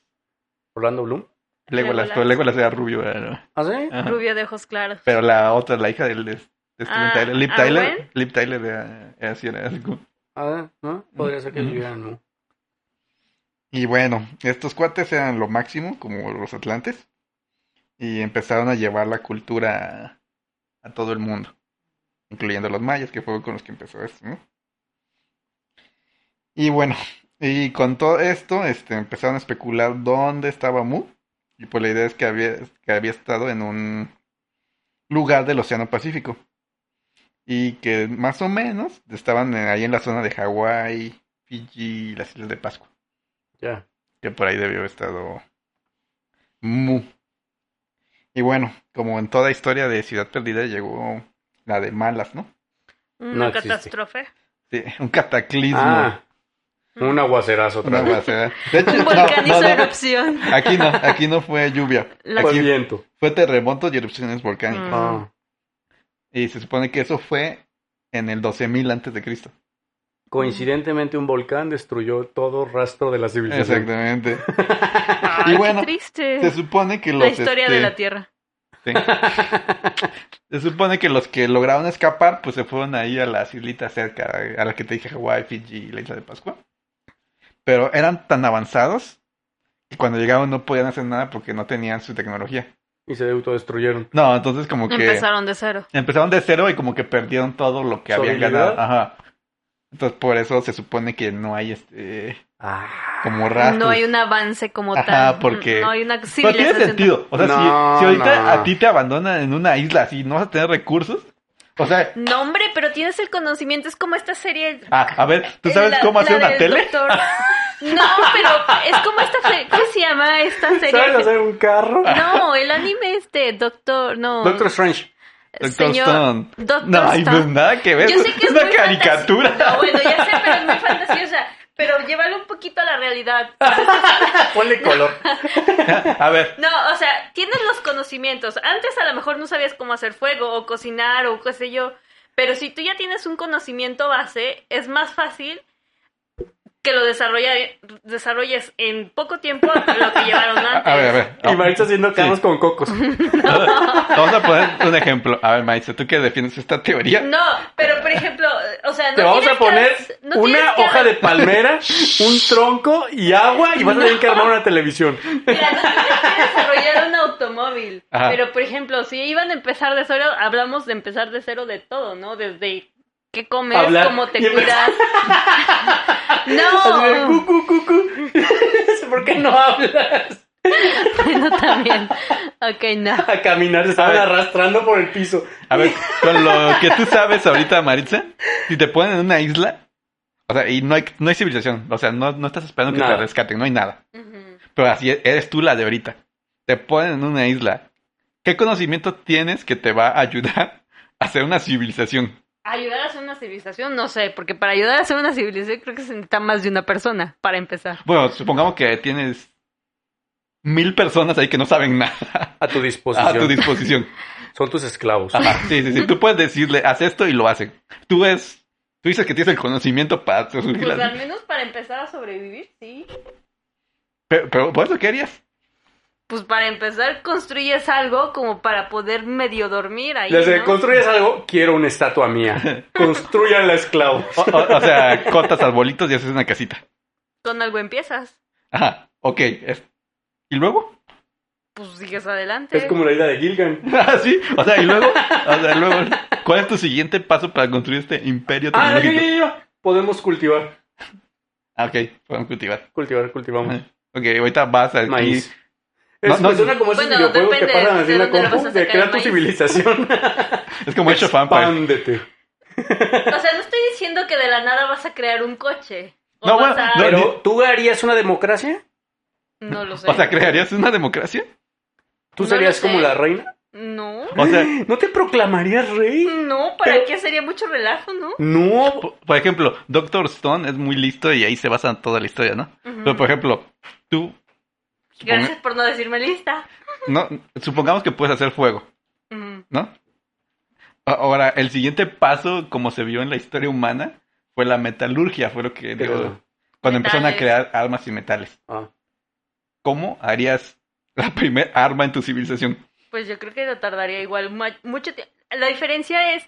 Speaker 3: Orlando Bloom?
Speaker 1: Legolas,
Speaker 2: Legolas.
Speaker 1: pero Legolas era rubio, ¿verdad?
Speaker 3: ¿Ah, sí?
Speaker 1: Ajá.
Speaker 2: Rubio de ojos claros.
Speaker 1: Pero la otra, la hija del de de Steven
Speaker 2: Ah,
Speaker 1: Tyler, Lip
Speaker 2: ¿Arwen?
Speaker 1: Tyler, Lip Tyler era, era así, era así como-
Speaker 3: Ah, ¿no? Podría ser que
Speaker 1: Ujú.
Speaker 3: vivieran, ¿no?
Speaker 1: Y bueno, estos cuates eran lo máximo, como los atlantes, y empezaron a llevar la cultura a, a todo el mundo, incluyendo los mayas, que fue con los que empezó esto, ¿no? Y bueno, y con todo esto, este, empezaron a especular dónde estaba Mu, y pues la idea es que había, que había estado en un lugar del Océano Pacífico, y que más o menos estaban eh, ahí en la zona de Hawái, Fiji y las Islas de Pascua.
Speaker 3: Ya.
Speaker 1: Que por ahí debió haber estado Mu. Y bueno, como en toda historia de Ciudad Perdida llegó la de malas, ¿no?
Speaker 2: Una
Speaker 3: existe.
Speaker 2: catástrofe.
Speaker 1: Sí, un cataclismo.
Speaker 3: Ah, un aguacerazo
Speaker 1: una
Speaker 3: otra vez.
Speaker 1: aguacera. De hecho,
Speaker 2: Un
Speaker 1: no,
Speaker 2: volcán
Speaker 1: no,
Speaker 2: hizo
Speaker 1: no,
Speaker 2: erupción.
Speaker 1: Aquí no, aquí no fue lluvia.
Speaker 2: La-
Speaker 3: Fue
Speaker 1: Aquí
Speaker 3: viento.
Speaker 1: fue terremotos y erupciones volcánicas.
Speaker 2: Mm.
Speaker 3: Ah,
Speaker 1: Y se supone que eso fue en el 12.000 antes de Cristo.
Speaker 3: coincidentemente un volcán destruyó todo rastro de la civilización.
Speaker 1: Exactamente.
Speaker 2: Ay,
Speaker 1: Y bueno,
Speaker 2: qué triste.
Speaker 1: Se supone que los
Speaker 2: La historia de
Speaker 1: este,
Speaker 2: la Tierra.
Speaker 1: Sí. Se supone que los que lograron escapar, pues se fueron ahí a las islitas cerca, a las que te dije Hawái, Fiji y la isla de Pascua. Pero eran tan avanzados que cuando llegaron no podían hacer nada porque no tenían su tecnología.
Speaker 3: Y se autodestruyeron.
Speaker 1: No, entonces como que
Speaker 2: Empezaron de cero.
Speaker 1: empezaron de cero y como que perdieron todo lo que
Speaker 3: Su
Speaker 1: habían
Speaker 3: habilidad.
Speaker 1: ganado. Ajá. Entonces por eso se supone que no hay este
Speaker 3: Ah.
Speaker 1: como rastros.
Speaker 2: No hay un avance como
Speaker 1: Ajá,
Speaker 2: tal.
Speaker 1: porque-
Speaker 2: No hay una
Speaker 1: Pero tiene
Speaker 2: civilización.
Speaker 1: sentido. O sea, si-
Speaker 3: No,
Speaker 1: si, ahorita
Speaker 3: no.
Speaker 1: a ti te abandonan en una isla así, no vas a tener recursos. O sea,
Speaker 2: No, hombre, pero tienes el conocimiento. Es como esta serie.
Speaker 1: Ah, a ver, ¿tú sabes
Speaker 2: la-
Speaker 1: cómo hacer
Speaker 2: la
Speaker 1: una
Speaker 2: del
Speaker 1: tele?
Speaker 2: doctor. No, pero es como esta. fe- ¿Cómo se llama esta serie?
Speaker 3: ¿Sabes hacer un carro?
Speaker 2: No, el anime este, Doctor. No.
Speaker 3: Doctor Strange.
Speaker 2: señor-
Speaker 1: Stone.
Speaker 2: Doctor
Speaker 1: no, ay,
Speaker 2: Stone.
Speaker 1: pues nada que ver.
Speaker 2: Yo sé que es
Speaker 1: una
Speaker 2: muy
Speaker 1: caricatura.
Speaker 2: fantasi- No, bueno, ya sé, pero es muy fantasiosa. Pero llévalo un poquito a la realidad.
Speaker 3: Ponle color.
Speaker 1: a ver,
Speaker 2: No, o sea, tienes los conocimientos. Antes a lo mejor no sabías cómo hacer fuego o cocinar o qué sé yo. Pero si tú ya tienes un conocimiento base, es más fácil que lo desarrolla, desarrolles en poco tiempo que lo que llevaron
Speaker 1: a,
Speaker 2: antes.
Speaker 1: a ver, a ver.
Speaker 3: Y Maritza haciendo carros
Speaker 1: Sí.
Speaker 3: con cocos.
Speaker 1: Vamos a poner un ejemplo. A ver, Maritza, ¿tú que defiendes esta teoría?
Speaker 2: No, pero por ejemplo, o sea, no
Speaker 3: Te vamos
Speaker 2: tienes
Speaker 3: a
Speaker 2: que-
Speaker 3: poner
Speaker 2: no tienes
Speaker 3: una
Speaker 2: que-
Speaker 3: hoja de palmera, un tronco y agua y vas a tener que armar una televisión.
Speaker 2: Mira, no tienes que desarrollar un automóvil.
Speaker 1: Ajá.
Speaker 2: Pero, por ejemplo, si iban a empezar de cero, hablamos de empezar de cero de todo, ¿no? Desde qué comes,
Speaker 3: Hablar
Speaker 2: cómo te
Speaker 3: y empezar-
Speaker 2: cuidas.
Speaker 3: Así de,
Speaker 2: no,
Speaker 3: cu, cu, cu, cu. ¿Por qué no hablas?
Speaker 2: bueno, también. Ok, no.
Speaker 3: A caminar, se estaban
Speaker 1: A ver.
Speaker 3: arrastrando por el piso.
Speaker 1: A ver, con lo que tú sabes ahorita, Maritza, si te ponen en una isla, o sea, y no hay, no hay civilización, o sea, no, no estás esperando que
Speaker 3: Nada.
Speaker 1: te rescaten, no hay nada. Pero así e- eres tú la de ahorita. Te ponen en una isla. ¿Qué conocimiento tienes que te va a ayudar a hacer una civilización?
Speaker 2: Ayudar a hacer una civilización, no sé, porque para ayudar a hacer una civilización creo que se necesita más de una persona para empezar.
Speaker 1: Bueno, supongamos que tienes mil personas ahí que no saben nada
Speaker 3: A tu disposición.
Speaker 1: a tu disposición.
Speaker 3: Son tus esclavos.
Speaker 1: Ajá, sí, sí, sí. Tú puedes decirle, haz esto y lo hacen. Tú ves, tú dices que tienes el conocimiento para hacer
Speaker 2: Pues
Speaker 1: las-
Speaker 2: al menos para empezar a sobrevivir, sí.
Speaker 1: Pero, pero, ¿por eso qué harías?
Speaker 2: pues para empezar construyes algo como para poder medio dormir ahí.
Speaker 3: Desde
Speaker 2: ¿no?
Speaker 3: construyes algo, quiero una estatua mía. Construyan la esclavo.
Speaker 1: O, o- o sea, cortas arbolitos y haces una casita.
Speaker 2: Con algo empiezas.
Speaker 1: Ajá, ok. es- ¿Y luego?
Speaker 2: Pues sigues adelante.
Speaker 3: Es como la idea de Gilgan.
Speaker 1: Ah, sí. O sea, ¿y luego? O sea, luego. ¿Cuál es tu siguiente paso para construir este imperio
Speaker 3: Ah, ya, ya,
Speaker 1: tecnológico?
Speaker 3: ya, ya. Podemos cultivar.
Speaker 1: Ah, ok. Podemos cultivar.
Speaker 3: Cultivar, cultivamos.
Speaker 1: Ok, ahorita vas a...
Speaker 3: Maíz.
Speaker 1: No,
Speaker 3: Es,
Speaker 1: no,
Speaker 3: me suena como esos
Speaker 2: Bueno,
Speaker 3: videojuegos que
Speaker 2: depende
Speaker 3: pasan así
Speaker 2: de
Speaker 3: en la
Speaker 2: dónde lo
Speaker 3: compu,
Speaker 2: vas a
Speaker 3: de
Speaker 2: sacar
Speaker 3: crea
Speaker 2: el
Speaker 3: tu
Speaker 2: maíz.
Speaker 3: civilización.
Speaker 1: Es como hecho pues. fanfare.
Speaker 3: Expándete.
Speaker 2: O sea, no estoy diciendo que de la nada vas a crear un coche. O
Speaker 1: No,
Speaker 2: vas
Speaker 1: bueno,
Speaker 2: a-
Speaker 1: no.
Speaker 3: Pero, ¿tú harías una democracia?
Speaker 2: No lo sé.
Speaker 1: O sea, ¿crearías una democracia?
Speaker 3: ¿Tú
Speaker 2: No
Speaker 3: serías
Speaker 2: lo sé.
Speaker 3: como la reina?
Speaker 2: no.
Speaker 1: O sea,
Speaker 3: ¿No te proclamarías rey?
Speaker 2: No, ¿para
Speaker 3: Pero-
Speaker 2: qué sería mucho relajo, no?
Speaker 3: No.
Speaker 1: Por, por ejemplo, Doctor Stone es muy listo y ahí se basa toda la historia, ¿no?
Speaker 2: Ujú.
Speaker 1: Pero, por ejemplo, tú... suponga-
Speaker 2: Gracias por no decirme lista.
Speaker 1: no, supongamos que puedes hacer fuego,
Speaker 2: Ujú.
Speaker 1: ¿no? A- Ahora, el siguiente paso, como se vio en la historia humana, fue la metalurgia, fue lo que dio-
Speaker 3: Pero-
Speaker 1: cuando empezaron a
Speaker 2: Metales.
Speaker 1: crear armas y metales.
Speaker 3: Ah.
Speaker 1: ¿Cómo harías la primer arma en tu civilización?
Speaker 2: Pues yo creo que lo tardaría igual ma- mucho tiempo. La diferencia es,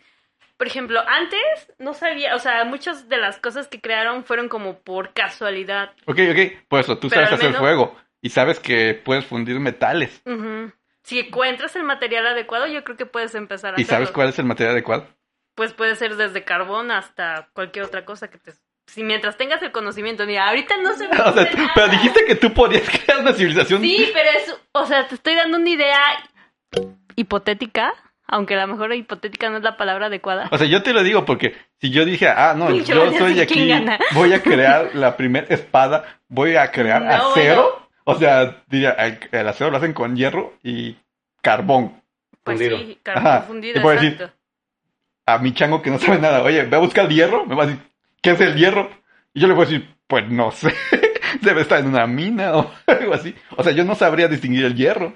Speaker 2: por ejemplo, antes no sabía, o sea, muchas de las cosas que crearon fueron como por casualidad.
Speaker 1: Ok, ok, por eso tú
Speaker 2: Pero
Speaker 1: sabes
Speaker 2: al
Speaker 1: hacer
Speaker 2: menos-
Speaker 1: fuego y sabes que puedes fundir metales
Speaker 2: Ujú. Si encuentras el material adecuado, yo creo que puedes empezar a
Speaker 1: y sabes
Speaker 2: hacerlo.
Speaker 1: cuál es el material adecuado.
Speaker 2: Pues puede ser desde carbón hasta cualquier otra cosa que te... Si mientras tengas el conocimiento, mira, ahorita no se me
Speaker 1: O sea,
Speaker 2: ocurre
Speaker 1: tú-
Speaker 2: nada.
Speaker 1: pero dijiste que tú podías crear una civilización.
Speaker 2: "Ah". Sí, pero es... O sea, te estoy dando una idea hipotética, aunque a lo mejor hipotética no es la palabra adecuada.
Speaker 1: O sea, yo te lo digo porque si yo dije, ah, no,
Speaker 2: Pinche
Speaker 1: yo
Speaker 2: Vanessa,
Speaker 1: soy
Speaker 2: ¿quién
Speaker 1: aquí,
Speaker 2: gana?
Speaker 1: voy a crear la primera espada, voy a crear
Speaker 2: No,
Speaker 1: acero. O sea, diría, el el acero lo hacen con hierro y carbón.
Speaker 2: Pues
Speaker 3: Fundido.
Speaker 2: sí, carbón
Speaker 1: Ajá,
Speaker 2: fundido,
Speaker 1: te puedo decir,
Speaker 2: exacto.
Speaker 1: A mi chango que no sabe nada, oye, ve a buscar el hierro, me va a decir, ¿qué es el hierro? Y yo le voy a decir, pues no sé, debe estar en una mina o algo así. O sea, yo no sabría distinguir el hierro.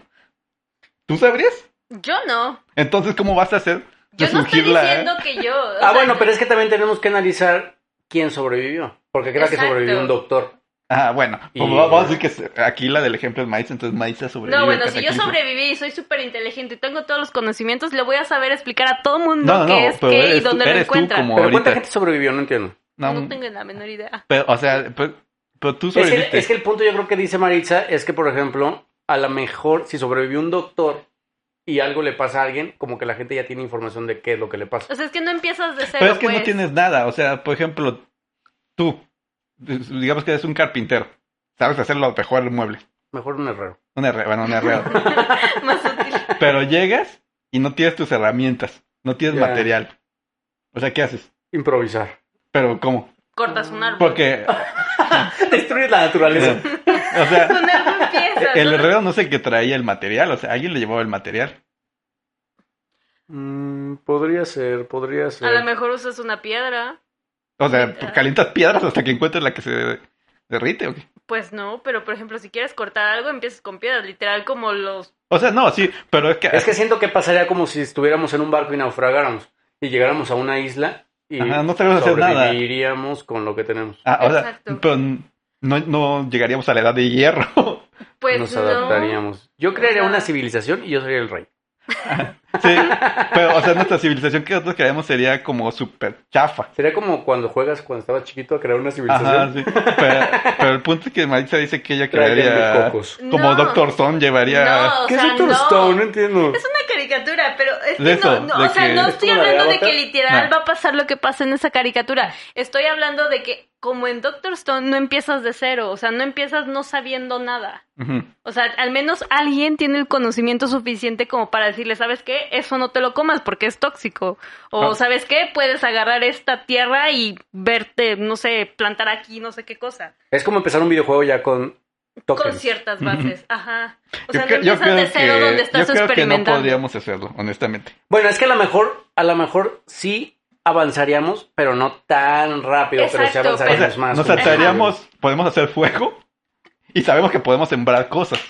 Speaker 1: ¿Tú sabrías?
Speaker 2: Yo no.
Speaker 1: Entonces, ¿cómo vas a hacer eh?
Speaker 2: Yo no estoy
Speaker 1: resurgir la-
Speaker 2: diciendo que yo. o
Speaker 3: Ah,
Speaker 2: sea,
Speaker 3: bueno, pero es que también tenemos que analizar quién sobrevivió. Porque creo que
Speaker 2: Exacto.
Speaker 3: sobrevivió un doctor.
Speaker 1: Ah, bueno,
Speaker 3: Y-
Speaker 1: pues vamos a decir que se- aquí la del ejemplo es maíz, entonces maíz ha sobrevivido.
Speaker 2: No,
Speaker 1: al
Speaker 2: bueno, si yo
Speaker 1: cataclismo.
Speaker 2: sobreviví y soy súper inteligente y tengo todos los conocimientos, le voy a saber explicar a todo mundo
Speaker 1: No, no,
Speaker 2: qué
Speaker 1: no,
Speaker 2: es
Speaker 1: pero
Speaker 2: qué y
Speaker 1: eres tú-
Speaker 2: dónde lo
Speaker 1: eres tú
Speaker 2: encuentran.
Speaker 1: como-
Speaker 3: Pero ¿cuánta
Speaker 1: ahorita.
Speaker 3: gente sobrevivió? No entiendo.
Speaker 1: No,
Speaker 2: No tengo la menor idea.
Speaker 1: pero, o sea, pero, pero tú
Speaker 3: Es
Speaker 1: sobreviviste.
Speaker 3: que, es que el punto yo creo que dice Maritza es que, por ejemplo, a lo mejor si sobrevivió un doctor y algo le pasa a alguien, como que la gente ya tiene información de qué es lo que le pasa.
Speaker 2: O sea, es que no empiezas de cero.
Speaker 1: pero es que
Speaker 2: pues.
Speaker 1: no tienes nada, o sea, por ejemplo, tú, digamos que eres un carpintero, sabes hacer lo mejor el mueble,
Speaker 3: Mejor un herrero.
Speaker 1: un herrero, bueno, un herrero,
Speaker 2: Más útil.
Speaker 1: pero llegas y no tienes tus herramientas, no tienes
Speaker 3: Ya.
Speaker 1: material. O sea, ¿qué haces?
Speaker 3: Improvisar.
Speaker 1: Pero ¿cómo?
Speaker 2: Cortas un árbol.
Speaker 1: Porque,
Speaker 3: Destruir la naturaleza.
Speaker 1: o sea,
Speaker 2: Un árbol empieza.
Speaker 1: el
Speaker 2: ¿no?
Speaker 1: herrero no es el que traía el material, o sea, alguien le llevaba el material.
Speaker 3: Mm, podría ser, podría
Speaker 2: A lo
Speaker 3: ser.
Speaker 2: mejor usas una piedra.
Speaker 1: O sea, calientas piedras hasta que encuentres la que se derrite o qué?
Speaker 2: Pues no, pero por ejemplo, si quieres cortar algo, empiezas con piedras, literal como los.
Speaker 1: O sea, no, sí, pero es que,
Speaker 3: Es que siento que pasaría como si estuviéramos en un barco y naufragáramos y llegáramos a una isla y
Speaker 1: Ajá, no sabemos hacer nada.
Speaker 3: sobreviviríamos con lo que tenemos.
Speaker 1: ah, o sea,
Speaker 2: Exacto.
Speaker 1: pero no, no llegaríamos a la edad de hierro.
Speaker 2: Pues
Speaker 3: Nos
Speaker 2: no.
Speaker 3: adaptaríamos. Yo crearía
Speaker 2: Ajá.
Speaker 3: una civilización y yo sería el rey.
Speaker 1: Sí, pero o sea, nuestra civilización que nosotros creemos sería como súper chafa.
Speaker 3: Sería como cuando juegas cuando estaba chiquito a crear una civilización.
Speaker 1: Ajá, sí. Pero, pero el punto es que Maritza dice que ella
Speaker 3: Traían de
Speaker 1: crearía
Speaker 3: cocos.
Speaker 1: como
Speaker 2: No.
Speaker 1: Doctor Stone llevaría
Speaker 2: No, o
Speaker 3: ¿Qué
Speaker 2: sea,
Speaker 3: es Dr.
Speaker 2: no.
Speaker 3: Stone? No entiendo.
Speaker 2: Es una caricatura, pero es que
Speaker 1: De eso,
Speaker 2: no, no,
Speaker 1: de
Speaker 2: o sea,
Speaker 1: que-
Speaker 2: no estoy
Speaker 3: ¿Es como la de
Speaker 2: hablando de que
Speaker 3: Avatar? Ah.
Speaker 2: literal
Speaker 1: No.
Speaker 2: va a pasar lo que pasa en esa caricatura. Estoy hablando de que como en Doctor Stone no empiezas de cero, o sea, no empiezas no sabiendo nada.
Speaker 1: Ujú.
Speaker 2: O sea, al menos alguien tiene el conocimiento suficiente como para decirle, ¿sabes qué? Eso no te lo comas porque es tóxico. O
Speaker 1: Ah.
Speaker 2: ¿sabes qué? Puedes agarrar esta tierra y verte, no sé, plantar aquí, no sé qué cosa.
Speaker 3: Es como empezar un videojuego ya con
Speaker 2: Con
Speaker 3: tokens.
Speaker 2: ciertas bases. Ajá. O sea,
Speaker 1: cre-
Speaker 2: no empiezas de cero donde
Speaker 1: yo
Speaker 2: estás
Speaker 1: creo que no
Speaker 2: experimentando.
Speaker 1: podríamos hacerlo, honestamente.
Speaker 3: Bueno, es que a lo mejor, a lo mejor sí avanzaríamos, pero no tan rápido, pero sí
Speaker 2: Exacto,
Speaker 1: O sea,
Speaker 3: avanzaríamos más.
Speaker 1: nos
Speaker 3: como-
Speaker 1: ataríamos, podemos hacer fuego y sabemos que podemos sembrar cosas.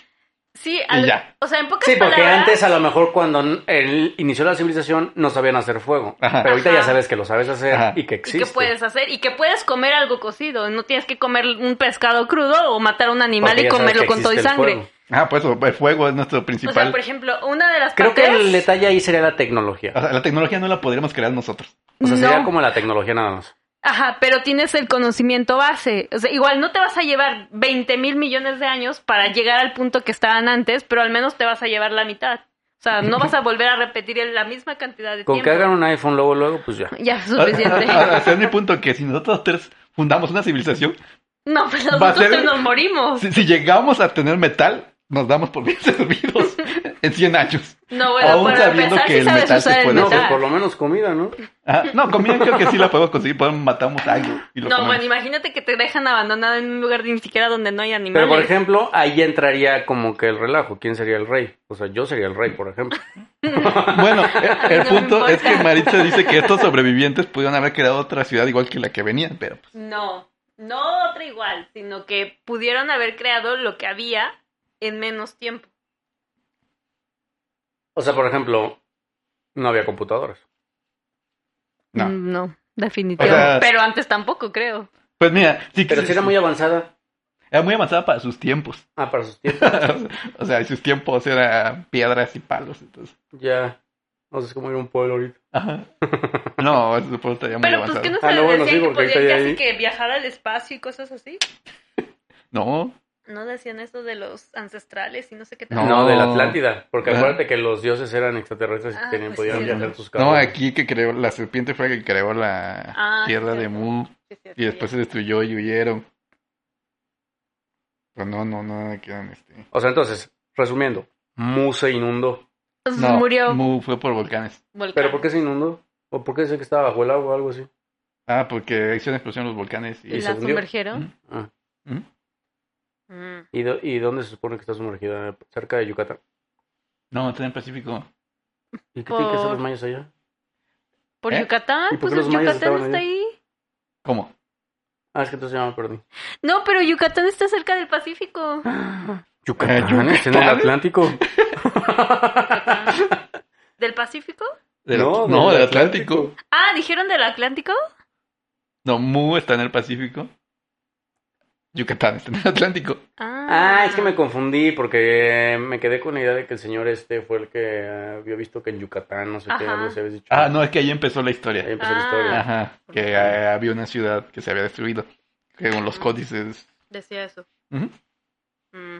Speaker 2: Sí,
Speaker 1: Y
Speaker 2: al-
Speaker 1: ya.
Speaker 2: o sea, en pocas
Speaker 3: Sí, porque
Speaker 2: palabras,
Speaker 3: antes a lo mejor cuando n- él inició la civilización no sabían hacer fuego.
Speaker 1: Ajá.
Speaker 3: Pero ahorita
Speaker 2: Ajá.
Speaker 3: ya sabes que lo sabes hacer
Speaker 1: Ajá.
Speaker 3: y que
Speaker 2: ¿y
Speaker 3: existe.
Speaker 2: qué puedes hacer? Y que puedes comer algo cocido. No tienes que comer un pescado crudo o matar a un
Speaker 3: Porque
Speaker 2: animal y
Speaker 3: ya sabes
Speaker 2: comerlo
Speaker 3: que
Speaker 2: con todo y
Speaker 3: existe el
Speaker 2: sangre.
Speaker 3: fuego.
Speaker 1: Ah, pues el fuego es nuestro
Speaker 2: O sea,
Speaker 1: principal.
Speaker 2: por ejemplo, una de las
Speaker 3: Creo que
Speaker 2: partes-
Speaker 3: el detalle ahí sería la tecnología.
Speaker 1: O sea, la tecnología no la podríamos crear nosotros.
Speaker 3: O sea, sería
Speaker 2: No.
Speaker 3: como la tecnología nada más.
Speaker 2: Ajá, pero tienes el conocimiento base. O sea, igual no te vas a llevar 20 mil millones de años para llegar al punto que estaban antes, pero al menos te vas a llevar la mitad. O sea, no vas a volver a repetir la misma cantidad de
Speaker 3: Con
Speaker 2: tiempo.
Speaker 3: que hagan un iPhone luego, luego, pues ya.
Speaker 2: Ya es suficiente.
Speaker 1: Ahora, ese es mi punto, que si nosotros tres fundamos una civilización,
Speaker 2: no, pues
Speaker 1: Va a
Speaker 2: nosotros
Speaker 1: ser-
Speaker 2: tres nos morimos.
Speaker 1: si, si llegamos a tener metal, nos damos por bien servidos en 100 años.
Speaker 2: No, bueno,
Speaker 1: Aún
Speaker 2: para
Speaker 1: sabiendo
Speaker 2: empezar,
Speaker 1: que
Speaker 2: sí
Speaker 1: el
Speaker 2: sabes
Speaker 1: metal se
Speaker 2: usar el
Speaker 1: puede
Speaker 3: No,
Speaker 1: usar.
Speaker 3: pues por
Speaker 2: metal.
Speaker 3: lo menos comida, ¿no?
Speaker 1: Ah, no, comida creo que sí la podemos conseguir, podemos matamos algo y lo
Speaker 2: No,
Speaker 1: comemos.
Speaker 2: bueno, imagínate que te dejan abandonado en un lugar ni siquiera donde no hay animales.
Speaker 3: Pero por ejemplo, ahí entraría como que el relajo. ¿Quién sería el rey? O sea, yo sería el rey, por ejemplo.
Speaker 1: Bueno, el, el
Speaker 2: No me
Speaker 1: punto es que
Speaker 2: importa.
Speaker 1: Maritza dice que estos sobrevivientes pudieron haber creado otra ciudad igual que la que venían, pero pues,
Speaker 2: No, no otra igual, sino que pudieron haber creado lo que había en menos tiempo.
Speaker 3: O sea, por ejemplo, no había computadoras.
Speaker 1: no.
Speaker 2: Mm, No, definitivamente.
Speaker 1: O sea-
Speaker 2: Pero antes tampoco, creo.
Speaker 1: Pues mira, sí,
Speaker 3: Pero
Speaker 1: sí,
Speaker 3: si era muy avanzada.
Speaker 1: era muy avanzada para sus tiempos.
Speaker 3: Ah, para sus tiempos.
Speaker 1: o sea, en sus tiempos eran piedras y palos, entonces.
Speaker 3: Ya. No sé, es como ir a un pueblo ahorita.
Speaker 1: Ajá. No, eso supongo que estaría muy
Speaker 2: Pero pues
Speaker 1: avanzado.
Speaker 2: que nos
Speaker 3: Ah, no, bueno,
Speaker 2: decían
Speaker 3: sí,
Speaker 2: que
Speaker 3: porque ahorita
Speaker 2: podían
Speaker 3: ya
Speaker 2: casi
Speaker 3: hay-
Speaker 2: que viajar al espacio y cosas así.
Speaker 1: No,
Speaker 2: No decían eso de los ancestrales y no sé qué
Speaker 1: No.
Speaker 3: No,
Speaker 2: tal.
Speaker 3: de la Atlántida. Porque
Speaker 1: Ah.
Speaker 3: acuérdate que los dioses eran extraterrestres y
Speaker 2: Ah,
Speaker 3: tenían,
Speaker 2: pues
Speaker 3: podían
Speaker 2: sí,
Speaker 3: viajar
Speaker 2: cierto.
Speaker 3: sus carros.
Speaker 1: no, aquí que creó, la serpiente fue la que creó la
Speaker 2: Ah, sí,
Speaker 1: tierra de
Speaker 2: cierto.
Speaker 1: Mu
Speaker 2: Sí, sí, sí,
Speaker 1: y después se destruyó y huyeron. Pero no, no, no, quedan este.
Speaker 3: O sea, entonces, resumiendo, Mu se inundó.
Speaker 2: ya. Entonces
Speaker 1: No,
Speaker 2: murió
Speaker 1: Mu fue por volcanes.
Speaker 2: volcán.
Speaker 3: ¿Pero por qué se inundó? ¿O por qué dice que estaba bajo el agua o algo así?
Speaker 1: Ah, porque hicieron explosión los volcanes y.
Speaker 2: ¿Y
Speaker 3: ¿Y
Speaker 2: la
Speaker 3: se hundió?
Speaker 2: sumergieron?
Speaker 3: Ah.
Speaker 1: ¿Mm?
Speaker 2: Mm.
Speaker 3: ¿Y, do- ¿Y dónde se supone que está sumergida? Cerca de Yucatán.
Speaker 1: No, está en el Pacífico.
Speaker 3: ¿Y qué tienen que hacer
Speaker 2: Por-
Speaker 3: los mayas allá?
Speaker 2: ¿Por
Speaker 1: ¿Eh?
Speaker 2: Yucatán?
Speaker 3: ¿Y por
Speaker 2: Pues
Speaker 3: qué los mayas
Speaker 2: Yucatán
Speaker 3: estaban
Speaker 2: está
Speaker 3: allá?
Speaker 2: ahí.
Speaker 1: ¿Cómo?
Speaker 3: Ah, es que entonces ya me perdí.
Speaker 2: No, pero Yucatán está cerca del Pacífico.
Speaker 1: Eh,
Speaker 3: Yucatán,
Speaker 1: Yucatán.
Speaker 3: está en el Atlántico.
Speaker 2: ¿Del Pacífico?
Speaker 1: Del- no, del Atlántico.
Speaker 2: Ah, ¿dijeron del Atlántico?
Speaker 1: No, Mu está en el Pacífico. Yucatán está en el Atlántico.
Speaker 2: Ah,
Speaker 3: Ah, es que me confundí porque me quedé con la idea de que el señor este fue el que había visto que en Yucatán, no sé qué,
Speaker 2: Ajá.
Speaker 3: algo se había dicho.
Speaker 1: Ah, no, es que ahí empezó la
Speaker 3: Ahí
Speaker 1: historia.
Speaker 3: empezó la
Speaker 2: Ah.
Speaker 3: historia.
Speaker 1: Ajá, que eh, había una ciudad que se había destruido. Según los códices.
Speaker 2: Decía eso.
Speaker 1: Ujú.
Speaker 2: Mm.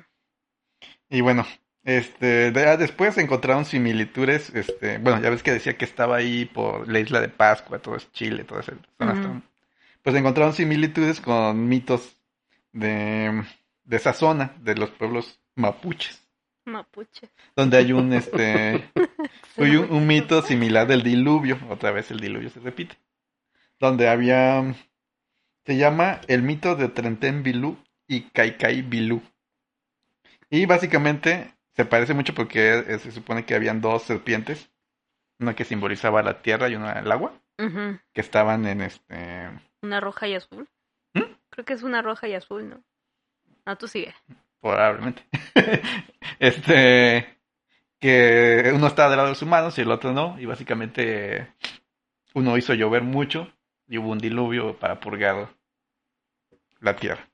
Speaker 1: Y bueno, este, de- ah, después se encontraron similitudes, este, bueno, ya ves que decía que estaba ahí por la isla de Pascua, todo es Chile, toda esa zona.
Speaker 2: Ujú.
Speaker 1: está- Pues se encontraron similitudes con mitos de, de esa zona, de los pueblos mapuches,
Speaker 2: Mapuche.
Speaker 1: donde hay un, este, hay un, un mito similar del diluvio, otra vez el diluvio se repite, donde había, se llama el mito de Trentén Bilú y Kaikai Bilú. Y básicamente se parece mucho porque eh, se supone que habían dos serpientes, una que simbolizaba la tierra y una el agua,
Speaker 2: Ujú.
Speaker 1: que estaban en este...
Speaker 2: Una roja y azul.
Speaker 1: ¿Mm?
Speaker 2: Creo que es una roja y azul, ¿no? No, tú sigue.
Speaker 1: probablemente. este, que uno estaba del lado de los humanos y el otro no, y básicamente uno hizo llover mucho y hubo un diluvio para purgar la tierra.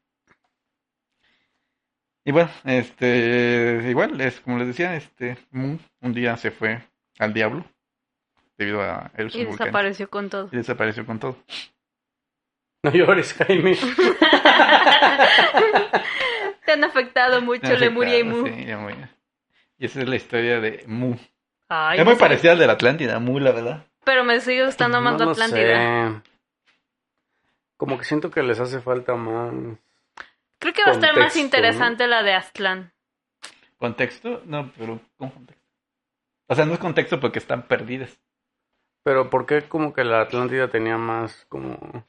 Speaker 1: Y bueno, este, igual, es como les decía, este, Mu un día se fue al diablo debido a erupción
Speaker 2: Y
Speaker 1: volcánica.
Speaker 2: desapareció con todo.
Speaker 1: Y desapareció con todo.
Speaker 3: No llores, Jaime.
Speaker 2: Te han afectado mucho Lemuria y Mu.
Speaker 1: Sí, Lemuria. Y esa es la historia de Mu.
Speaker 2: Ay,
Speaker 1: es
Speaker 2: no
Speaker 1: muy
Speaker 2: sé.
Speaker 1: parecida al de la Atlántida, Mu, la verdad.
Speaker 2: Pero me sigue gustando más la
Speaker 3: No
Speaker 2: Atlántida.
Speaker 3: sé. Como que siento que les hace falta más.
Speaker 2: Creo que va a estar más
Speaker 3: Contexto, ¿no?
Speaker 2: interesante la de Aztlán.
Speaker 1: ¿Contexto? No, pero ¿cómo contexto? O sea, no es contexto porque están perdidas.
Speaker 3: Pero ¿por qué como que la Atlántida tenía más como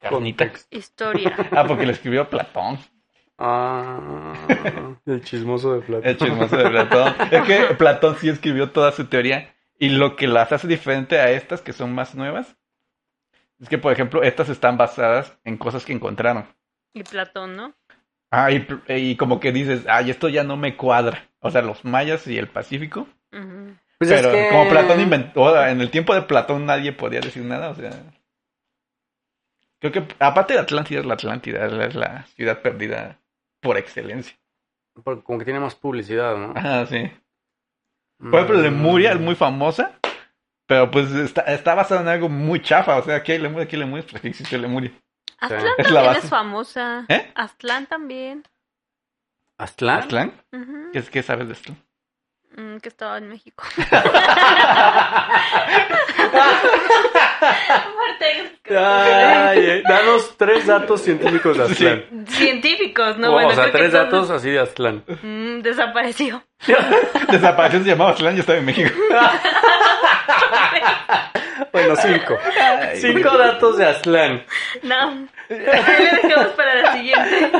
Speaker 1: Carnita.
Speaker 3: contexto?
Speaker 2: Historia.
Speaker 1: Ah, porque lo escribió Platón.
Speaker 3: Ah, el chismoso de plata.
Speaker 1: El chismoso de Platón. Es que Platón sí escribió toda su teoría. Y lo que las hace diferente a estas, que son más nuevas, es que, por ejemplo, estas están basadas en cosas que encontraron.
Speaker 2: Y Platón, ¿no?
Speaker 1: Ah, y, pl- y como que dices, ay, esto ya no me cuadra. O sea, los mayas y el Pacífico.
Speaker 2: Ujú.
Speaker 3: Pues es
Speaker 1: pero
Speaker 3: que-
Speaker 1: como Platón inventó, en el tiempo de Platón nadie podía decir nada, o sea. Creo que aparte de Atlántida es la Atlántida, es la- es la ciudad perdida por excelencia.
Speaker 3: Porque Como que tiene más publicidad, ¿no?
Speaker 1: Ah, sí. Por ejemplo,
Speaker 3: Mm.
Speaker 1: Lemuria es muy famosa, pero pues está, está basada en algo muy chafa. O sea, aquí hay Lemuria, aquí hay Lemuria, pues aquí existe Lemuria.
Speaker 2: Aztlán
Speaker 1: Es la
Speaker 2: también
Speaker 1: base.
Speaker 2: es famosa.
Speaker 1: ¿Eh?
Speaker 2: Aztlán también.
Speaker 3: ¿Aztlán?
Speaker 1: ¿Aztlán?
Speaker 2: Ujú.
Speaker 1: ¿Qué, es- qué sabes de esto?
Speaker 2: Mm, que estaba en México.
Speaker 1: Ah.
Speaker 2: Aparte,
Speaker 3: Ay, eh, danos tres datos científicos de Aztlán.
Speaker 2: Científicos, ¿no?
Speaker 3: Wow,
Speaker 2: bueno,
Speaker 3: o sea,
Speaker 2: creo que
Speaker 3: tres
Speaker 2: todos-
Speaker 3: datos así de Aztlán.
Speaker 2: Mm, desapareció.
Speaker 1: Desapareció, se llamaba Aztlán, yo estaba en México.
Speaker 3: Bueno, cinco. Cinco datos de Aztlán.
Speaker 2: No. Ahí lo dejamos para la siguiente.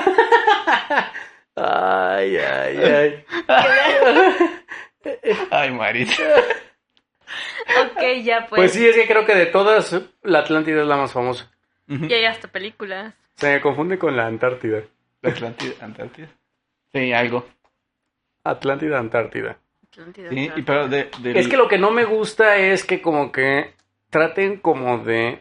Speaker 3: Ay, ay, ay.
Speaker 1: Ay, Marita.
Speaker 2: Ok, ya pues.
Speaker 3: Pues sí, es que creo que de todas, la Atlántida es la más famosa.
Speaker 1: Ujú.
Speaker 2: Ya hay hasta películas.
Speaker 3: Se me confunde con la Antártida.
Speaker 1: Atlántida, Antártida. Sí, algo.
Speaker 3: Atlántida, Antártida.
Speaker 2: Atlántida,
Speaker 1: Sí, y
Speaker 2: Atlántida.
Speaker 1: pero de, del-
Speaker 3: Es que lo que no me gusta es que como que traten como de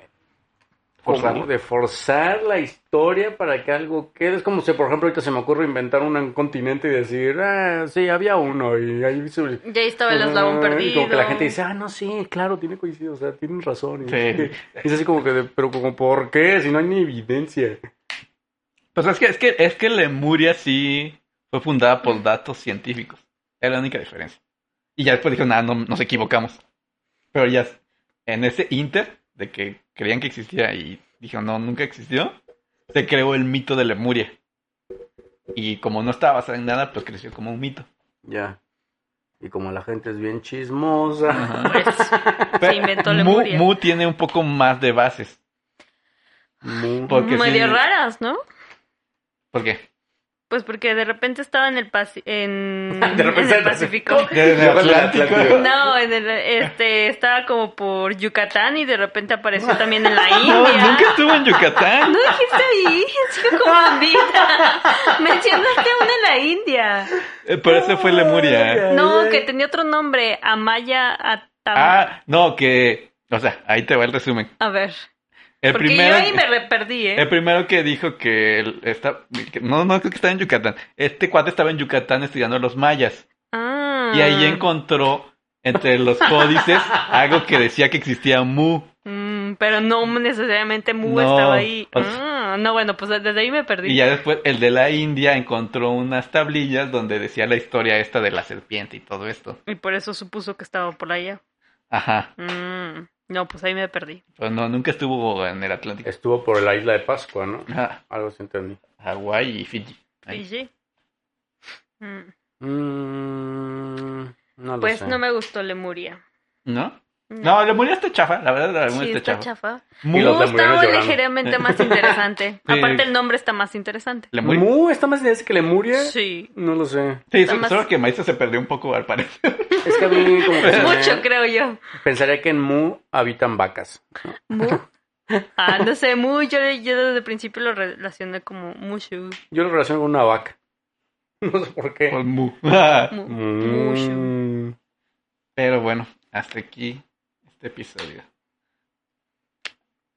Speaker 3: como
Speaker 1: Forzarlo.
Speaker 3: de forzar la historia para que algo quede. Es como si, por ejemplo, ahorita se me ocurre inventar un continente y decir, ah, sí, había uno y ahí se...
Speaker 2: Ya ahí estaba el eslabón
Speaker 3: Y
Speaker 2: perdido.
Speaker 3: como que la gente dice, ah, no, sí, claro, tiene coincidencia, o sea, tienen razón. Y
Speaker 1: Sí.
Speaker 3: Es así como que, de, pero como, ¿por qué? Si no hay ni evidencia.
Speaker 1: Pues es que, es que, es que Lemuria sí fue fundada por datos científicos. Es la única diferencia. Y ya después dijeron, ah, no, nos equivocamos. Pero ya en ese inter de que creían que existía y dijeron, no, nunca existió, se creó el mito de Lemuria. Y como no estaba basada en nada, pues creció como un mito.
Speaker 3: Ya. Y como la gente es bien chismosa.
Speaker 1: Pero
Speaker 2: Pues, inventó
Speaker 1: Mu-
Speaker 2: Lemuria.
Speaker 1: Mu tiene un poco más de bases.
Speaker 3: muy-
Speaker 1: Porque
Speaker 2: medio
Speaker 1: sí-
Speaker 2: raras, ¿no?
Speaker 1: ¿Por qué?
Speaker 2: Pues porque de repente estaba en el, Paci- en,
Speaker 3: De repente
Speaker 2: en
Speaker 3: en
Speaker 2: el
Speaker 3: el
Speaker 2: Pacífico.
Speaker 1: Desde
Speaker 3: Yo del
Speaker 1: Atlántico.
Speaker 3: Atlántico.
Speaker 2: No, en el, este, estaba como por Yucatán y de repente apareció también en la India.
Speaker 1: No, nunca estuvo en Yucatán.
Speaker 2: ¿No dijiste ahí? Estoy confundida. Mencionaste aún en la India.
Speaker 1: Eh, Pero ese fue Lemuria.
Speaker 2: No, que tenía otro nombre, Amaya Atam.
Speaker 1: Ah, no, que. O sea, ahí te va el resumen.
Speaker 2: A ver,
Speaker 1: El
Speaker 2: porque
Speaker 1: primero,
Speaker 2: yo ahí me re- perdí, ¿eh?
Speaker 1: el primero que dijo que el- está. que- no, no creo que estaba en Yucatán. Este cuate estaba en Yucatán estudiando a los mayas.
Speaker 2: Ah.
Speaker 1: Y ahí encontró entre los códices algo que decía que existía Mu.
Speaker 2: Mm, pero no necesariamente Mu
Speaker 1: No,
Speaker 2: estaba ahí.
Speaker 1: o sea-
Speaker 2: Ah, no, bueno, pues desde ahí me perdí.
Speaker 1: Y ya después el de la India encontró unas tablillas donde decía la historia esta de la serpiente y todo esto.
Speaker 2: Y por eso supuso que estaba por allá.
Speaker 1: Ajá.
Speaker 2: Mm, no, pues ahí me perdí.
Speaker 1: Pues no, nunca estuvo en el Atlántico.
Speaker 3: Estuvo por la isla de Pascua, ¿no?
Speaker 1: Ajá.
Speaker 3: Algo así entendí.
Speaker 1: Hawái y Fiji. Ahí.
Speaker 2: Fiji. Mm,
Speaker 3: Mm, no lo
Speaker 2: pues
Speaker 3: sé.
Speaker 2: no me gustó Lemuria.
Speaker 1: ¿No? No, este Lemuria está chafa, la verdad, la Lemuria
Speaker 2: sí,
Speaker 1: está
Speaker 2: está
Speaker 1: chafa.
Speaker 2: chafa.
Speaker 1: Mu-
Speaker 3: Y los
Speaker 2: Mu
Speaker 3: lemurianos
Speaker 2: estaba
Speaker 3: llorando.
Speaker 2: ligeramente más interesante.
Speaker 1: Sí.
Speaker 2: Aparte el nombre está más interesante.
Speaker 1: Lemuria-
Speaker 3: ¿Mu está más idea que Lemuria?
Speaker 2: Sí.
Speaker 3: No lo sé.
Speaker 1: Sí,
Speaker 2: Está
Speaker 1: so-
Speaker 2: más-
Speaker 1: solo que Maestra se perdió un poco al parecer.
Speaker 3: Es que a mí como que se me-
Speaker 2: Mucho creo yo.
Speaker 3: pensaría que en Mu habitan vacas.
Speaker 2: Mu. Ah, no sé, Mu, yo, yo desde el principio lo relacioné como Mushu.
Speaker 3: Yo lo relaciono con una vaca. No sé por qué.
Speaker 1: Por Mu.
Speaker 2: Mu- Mushu.
Speaker 3: Mm.
Speaker 1: Pero bueno, hasta aquí este episodio.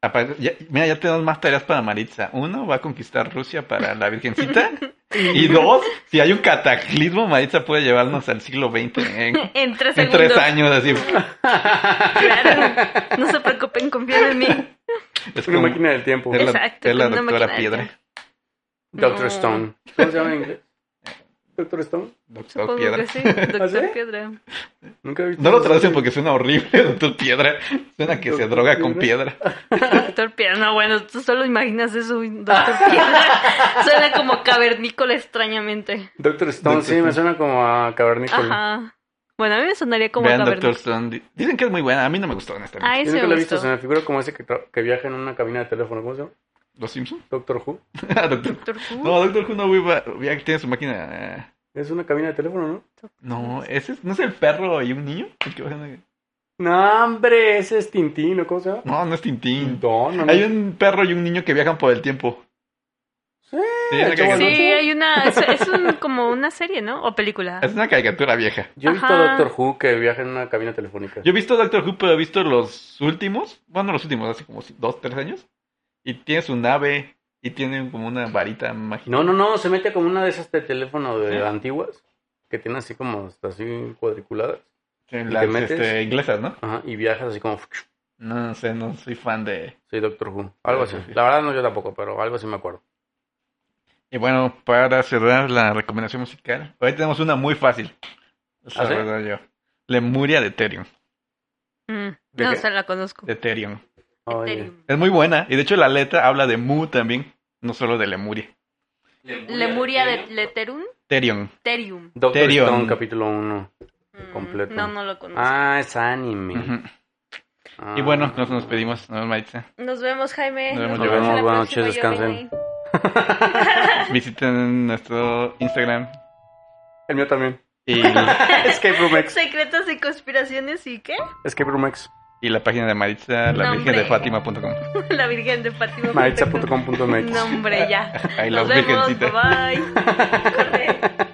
Speaker 1: Aparte, ya- mira, ya tenemos más tareas para Maritza. Uno, va a conquistar Rusia para la Virgencita. y dos, si hay un cataclismo, Maritza puede llevarnos al siglo XX en, en
Speaker 2: En tres segundos.
Speaker 1: tres años. Así.
Speaker 2: Claro. No se preocupen, confíen en mí.
Speaker 1: Es
Speaker 3: Una
Speaker 1: como
Speaker 3: máquina del tiempo.
Speaker 1: es la,
Speaker 2: Exacto,
Speaker 1: es la
Speaker 2: con una
Speaker 1: doctora
Speaker 2: máquina de
Speaker 1: Piedra.
Speaker 3: Doctor
Speaker 2: No.
Speaker 3: Stone. ¿Cómo se llama en inglés? Doctor Stone.
Speaker 1: Doctor
Speaker 2: Supongo
Speaker 1: Piedra.
Speaker 2: que sí. Doctor
Speaker 3: ¿Ah, sí?
Speaker 2: Piedra.
Speaker 3: Nunca he visto.
Speaker 1: No lo traducen porque suena horrible, doctor Piedra. Suena que se
Speaker 3: Doctor
Speaker 1: droga con
Speaker 3: Piedra.
Speaker 1: piedra.
Speaker 2: Doctor Piedra. No, bueno, tú solo imaginas eso, un Doctor Piedra. Suena como cavernícola extrañamente.
Speaker 3: Doctor Stone,
Speaker 1: Doctor
Speaker 3: sí, me
Speaker 1: Stone.
Speaker 3: suena como a cavernícola.
Speaker 2: Ajá. Bueno, a mí me sonaría como
Speaker 1: Vean Doctor
Speaker 2: cavernícola.
Speaker 1: Stone. Di- Dicen que es muy buena. A mí no me gustó, honestamente.
Speaker 2: Ay,
Speaker 3: Yo
Speaker 2: sí
Speaker 3: nunca lo
Speaker 2: me
Speaker 3: he visto,
Speaker 2: gustó.
Speaker 3: se me figura como ese que, tra- que viaja en una cabina de teléfono. ¿Cómo se llama?
Speaker 1: ¿Los Simpsons?
Speaker 3: Doctor Who.
Speaker 1: Doctor-
Speaker 2: Doctor Who.
Speaker 1: No, Doctor Who no viva- ya que tiene su máquina. eh,
Speaker 3: Es una cabina de teléfono, ¿no?
Speaker 1: No, ese es- no es el perro y un niño. El que bajan-
Speaker 3: No, hombre, ese es Tintín, ¿o ¿cómo se llama?
Speaker 1: No, no es Tintín.
Speaker 3: No, no, no.
Speaker 1: Hay un perro y un niño que viajan por el tiempo.
Speaker 3: Sí,
Speaker 1: Sí, es una
Speaker 3: Chavo,
Speaker 1: caricatura.
Speaker 2: Sí,
Speaker 3: ¿no?
Speaker 2: hay una. Es, es un- como una serie, ¿no? O película.
Speaker 1: Es una caricatura vieja.
Speaker 3: Yo he visto a
Speaker 2: Ajá.
Speaker 3: Doctor Who que viaja en una cabina telefónica.
Speaker 1: Yo he visto Doctor Who, pero he visto los últimos. Bueno, los últimos, hace como dos, tres años. Y tiene su nave y tiene como una varita mágica.
Speaker 3: No, no, no, se mete como una de esas de teléfono de
Speaker 1: Sí.
Speaker 3: antiguas que tiene así como hasta así cuadriculadas.
Speaker 1: En
Speaker 3: ¿Y
Speaker 1: las
Speaker 3: te metes?
Speaker 1: este, inglesas, ¿no?
Speaker 3: Ajá, y viajas así como "Fuch,
Speaker 1: No sé, no soy fan de...
Speaker 3: soy Doctor Who, algo así.
Speaker 1: Sí.
Speaker 3: La verdad no yo tampoco, pero algo así me acuerdo.
Speaker 1: Y bueno, para cerrar la recomendación musical, hoy tenemos una muy fácil. Esa
Speaker 3: ¿Ah, sí?
Speaker 1: verdad yo. Lemuria de Ethereum.
Speaker 2: Mm,
Speaker 3: ¿De
Speaker 2: no,
Speaker 3: qué?
Speaker 2: o sea, la conozco.
Speaker 1: De Ethereum.
Speaker 3: Oye.
Speaker 2: Ethereum.
Speaker 1: Es muy buena. Y de hecho la letra habla de Mu también, no solo de Lemuria.
Speaker 2: Lemuria de Leterum.
Speaker 1: Ethereum.
Speaker 2: Terium.
Speaker 3: Doctor
Speaker 1: Terion.
Speaker 3: Stone capítulo 1.
Speaker 2: Mm,
Speaker 3: Completo.
Speaker 2: No, no lo conozco.
Speaker 3: Ah, es anime.
Speaker 1: Ujú.
Speaker 3: Ah.
Speaker 1: Y bueno, nos, nos pedimos, nos vemos, Maritza.
Speaker 2: Nos vemos, Jaime.
Speaker 1: Nos vemos,
Speaker 2: en
Speaker 1: Giovanni.
Speaker 2: la
Speaker 3: Buenas
Speaker 2: próxima,
Speaker 3: noches,
Speaker 2: Giovanni.
Speaker 3: descansen.
Speaker 1: Visiten nuestro Instagram
Speaker 3: El mío también.
Speaker 1: y,
Speaker 3: Escape Room X.
Speaker 2: Secretos y conspiraciones y qué?
Speaker 3: Escape Room X.
Speaker 1: y la página de Maritza, la
Speaker 2: Nombre.
Speaker 1: virgen de Fátima.com.
Speaker 2: La Virgen de Fátima.
Speaker 3: Maritza.com.mx.
Speaker 2: No, hombre, ya.
Speaker 1: Ahí las
Speaker 2: Nos vemos.
Speaker 1: virgencitas.
Speaker 2: Bye bye. Corre.